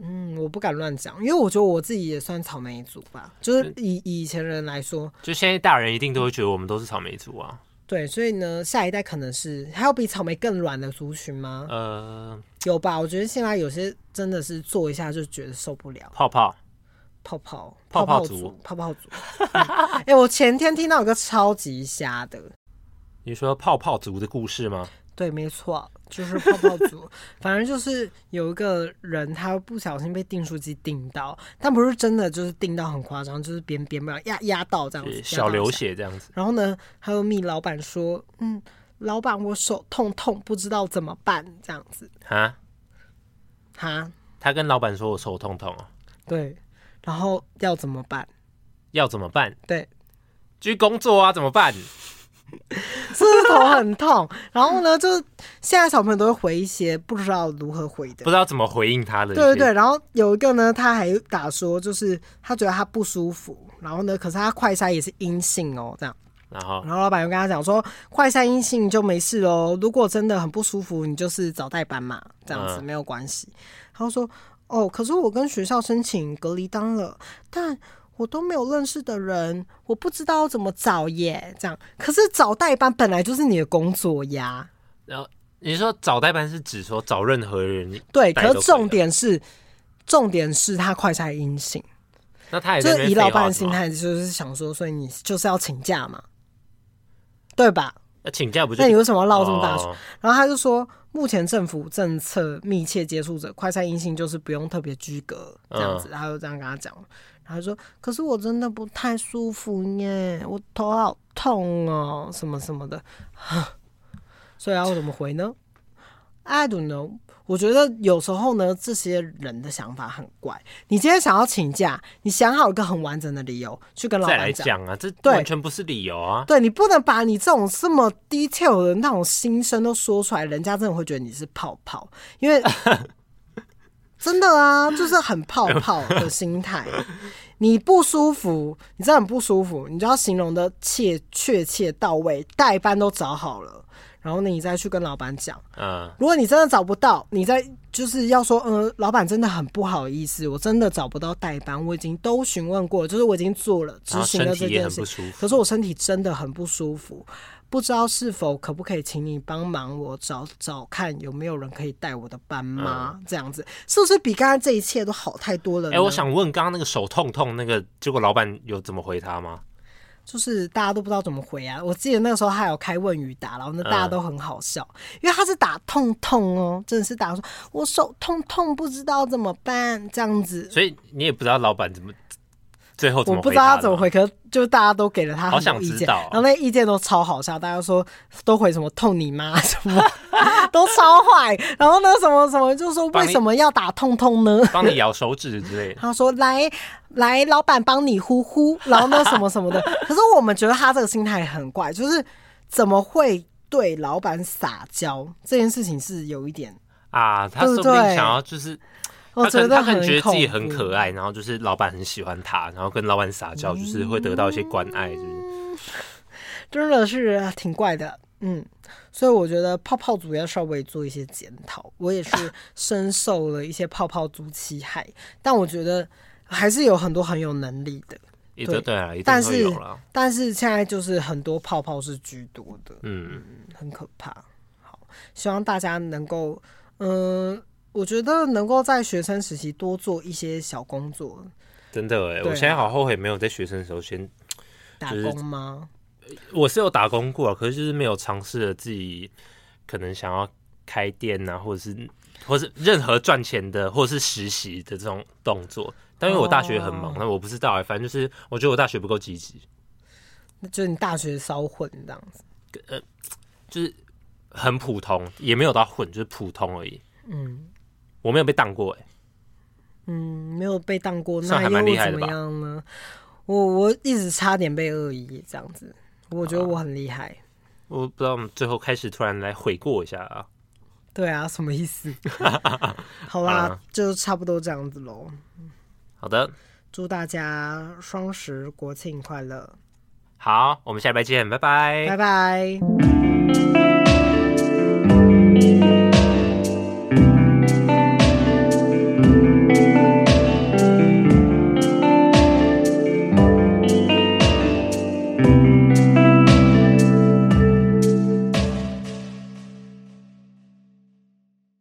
嗯，我不敢乱讲，因为我觉得我自己也算草莓族吧，就是以以以前人来说，
就现在大人一定都会觉得我们都是草莓族啊。
对，所以呢，下一代可能是还有比草莓更软的族群吗？
呃，
有吧？我觉得现在有些真的是做一下就觉得受不了。
泡泡，
泡泡
泡泡族
族泡泡族。 哎、欸我前天听到有个超级瞎的，
你说泡泡族的故事吗？
对，没错，就是泡泡族。反正就是有一个人，他不小心被订书机订到，但不是真的，就是订到很夸张，就是边边边压压到这样子
对，，小
压到一
流
下。
血这样子。
然后呢，他又密老板说，嗯，老板我手痛痛，不知道怎么办，这样子
啊，
哈，
他跟老板说我手痛痛哦，
对，然后要怎么办？
要怎么办？
对，
继续工作啊，怎么办？
是不是头很痛？然后呢，就是现在小朋友都会回一些不知道如何回的
不知。道怎么回应他的。
对对对，，然后有一个呢，他还打说，就是他觉得他不舒服，然后呢，可是他快筛也是阴性哦，这样。
然后
然后老板又跟他讲说，快筛阴性就没事喽，如果真的很不舒服，你就是找代班嘛，这样子
嗯
没有关系。他就说，哦，可是我跟学校申请隔离单了，但我都没有认识的人，我不知道怎么找耶，这样。可是找代班本来就是你的工作呀，
然后你说找代班是指说找任何人，
对。
代都
可
可以
是
啊
重点是，重点是他快筛阴性。
那他也
就
在那
是
边
以
废
老
话
板的
什
心
么，
态，就是想说，所以你就是要请假嘛，对吧？
那请假不就
那你为什么要闹这么大？
哦
然后他就说，目前政府政策密切接触者快筛阴性就是不用特别居隔这样
嗯
子，他就这样跟他讲。然后他说，可是我真的不太舒服耶，我头好痛哦，什么什么的。 所以要怎么回呢？I don't know。我觉得有时候呢，这些人的想法很怪。你今天想要请假，你想好一个很完整的理由去跟老
再
板
来
讲。
讲啊，这
对
完全不是理由啊。
对你不能把你这种这么 detail 的 那种心声都说出来，人家真的会觉得你是泡泡，因为真的啊，就是很泡泡的心 态。你不舒服，你知道很不舒服，你就要形容的切确切到位，代班都找好了，然后你再去跟老板讲。
嗯，
如果你真的找不到，你再就是要说，呃，老板真的很不好意思，我真的找不到代班，我已经都询问过了，就是我已经做了执
然后
行
身
了
体
这
也
件
很
事
不，舒服。
可是我身体真的很不舒服，不知道是否可不可以请你帮忙我找找看有没有人可以带我的班吗？这样子是不是比刚才这一切都好太多了呢？
嗯哎、我想问，刚刚那个手痛痛那个，结果老板有怎么回他吗？
就是大家都不知道怎么回啊。我记得那个时候还有开问语答，然后
嗯
呢大家都很好笑，因为他是打痛痛哦，真的是打说我手痛痛不知道怎么办这样子。
所以你也不知道老板怎么最后怎
我
么
不
回
知道
答
他
的
怎么
吗
回，可是就大家都给了他
好
很
想
多意
知
见，
道哦
然后那意见都超好笑，大家说都回什么痛你 妈什么， 都超坏。然后呢什么什么就说
帮
为
你
什么要打痛痛呢？
帮你咬手指之类的。
他说来来，老板帮你呼呼，然后呢什么什 么的。可是我们觉得他这个心态很怪，就是怎么会对老板撒娇这件事情是有一点，
啊，他说不
对
定
不对
想要就是，
我
他可
觉
能
得
他
哦很
可能觉得自己
恐
很
怖
可爱，然后就是老板很喜欢他，然后跟老板撒娇，就是会得
嗯
到一些关爱，是不是？
真的是挺怪的，嗯，所以我觉得泡泡族要稍微做一些检讨。我也
啊
是深受了一些泡泡族欺害，但我觉得还是有很多很有能力的，
也就对啊，一
但
定会
是
有了。
但是现在就是很多泡泡是居多的，
嗯，
很可怕。好，希望大家能够，嗯、我觉得能够在学生时期多做一些小工作，
真的
对
哎，
啊
我现在好后悔没有在学生的时候先，
打
就是
工吗？
我是有打工过啊，可是就是没有尝试了自己可能想要开店啊，或者是或是任何赚钱的，或者是实习的这种动作。但因为我大学很忙
哦，
那我不知道哎，反正就是我觉得我大学不够积极。
那就是你大学烧混这样子，
就是很普通，也没有到混，就是普通而已。
嗯
我没有被当过、欸，
嗯，没有被当过，
算
那又
还蛮厉害
怎
的吧
么样呢？我我一直差点被恶意这样子，我觉得我很厉害。
我不知道我们最后开始突然来悔过一下啊。
对啊，什么意 思？好啦
啊，
就差不多这样子喽。
好的，
祝大家双十国庆快乐，
好，我们下礼拜见，拜拜
拜拜。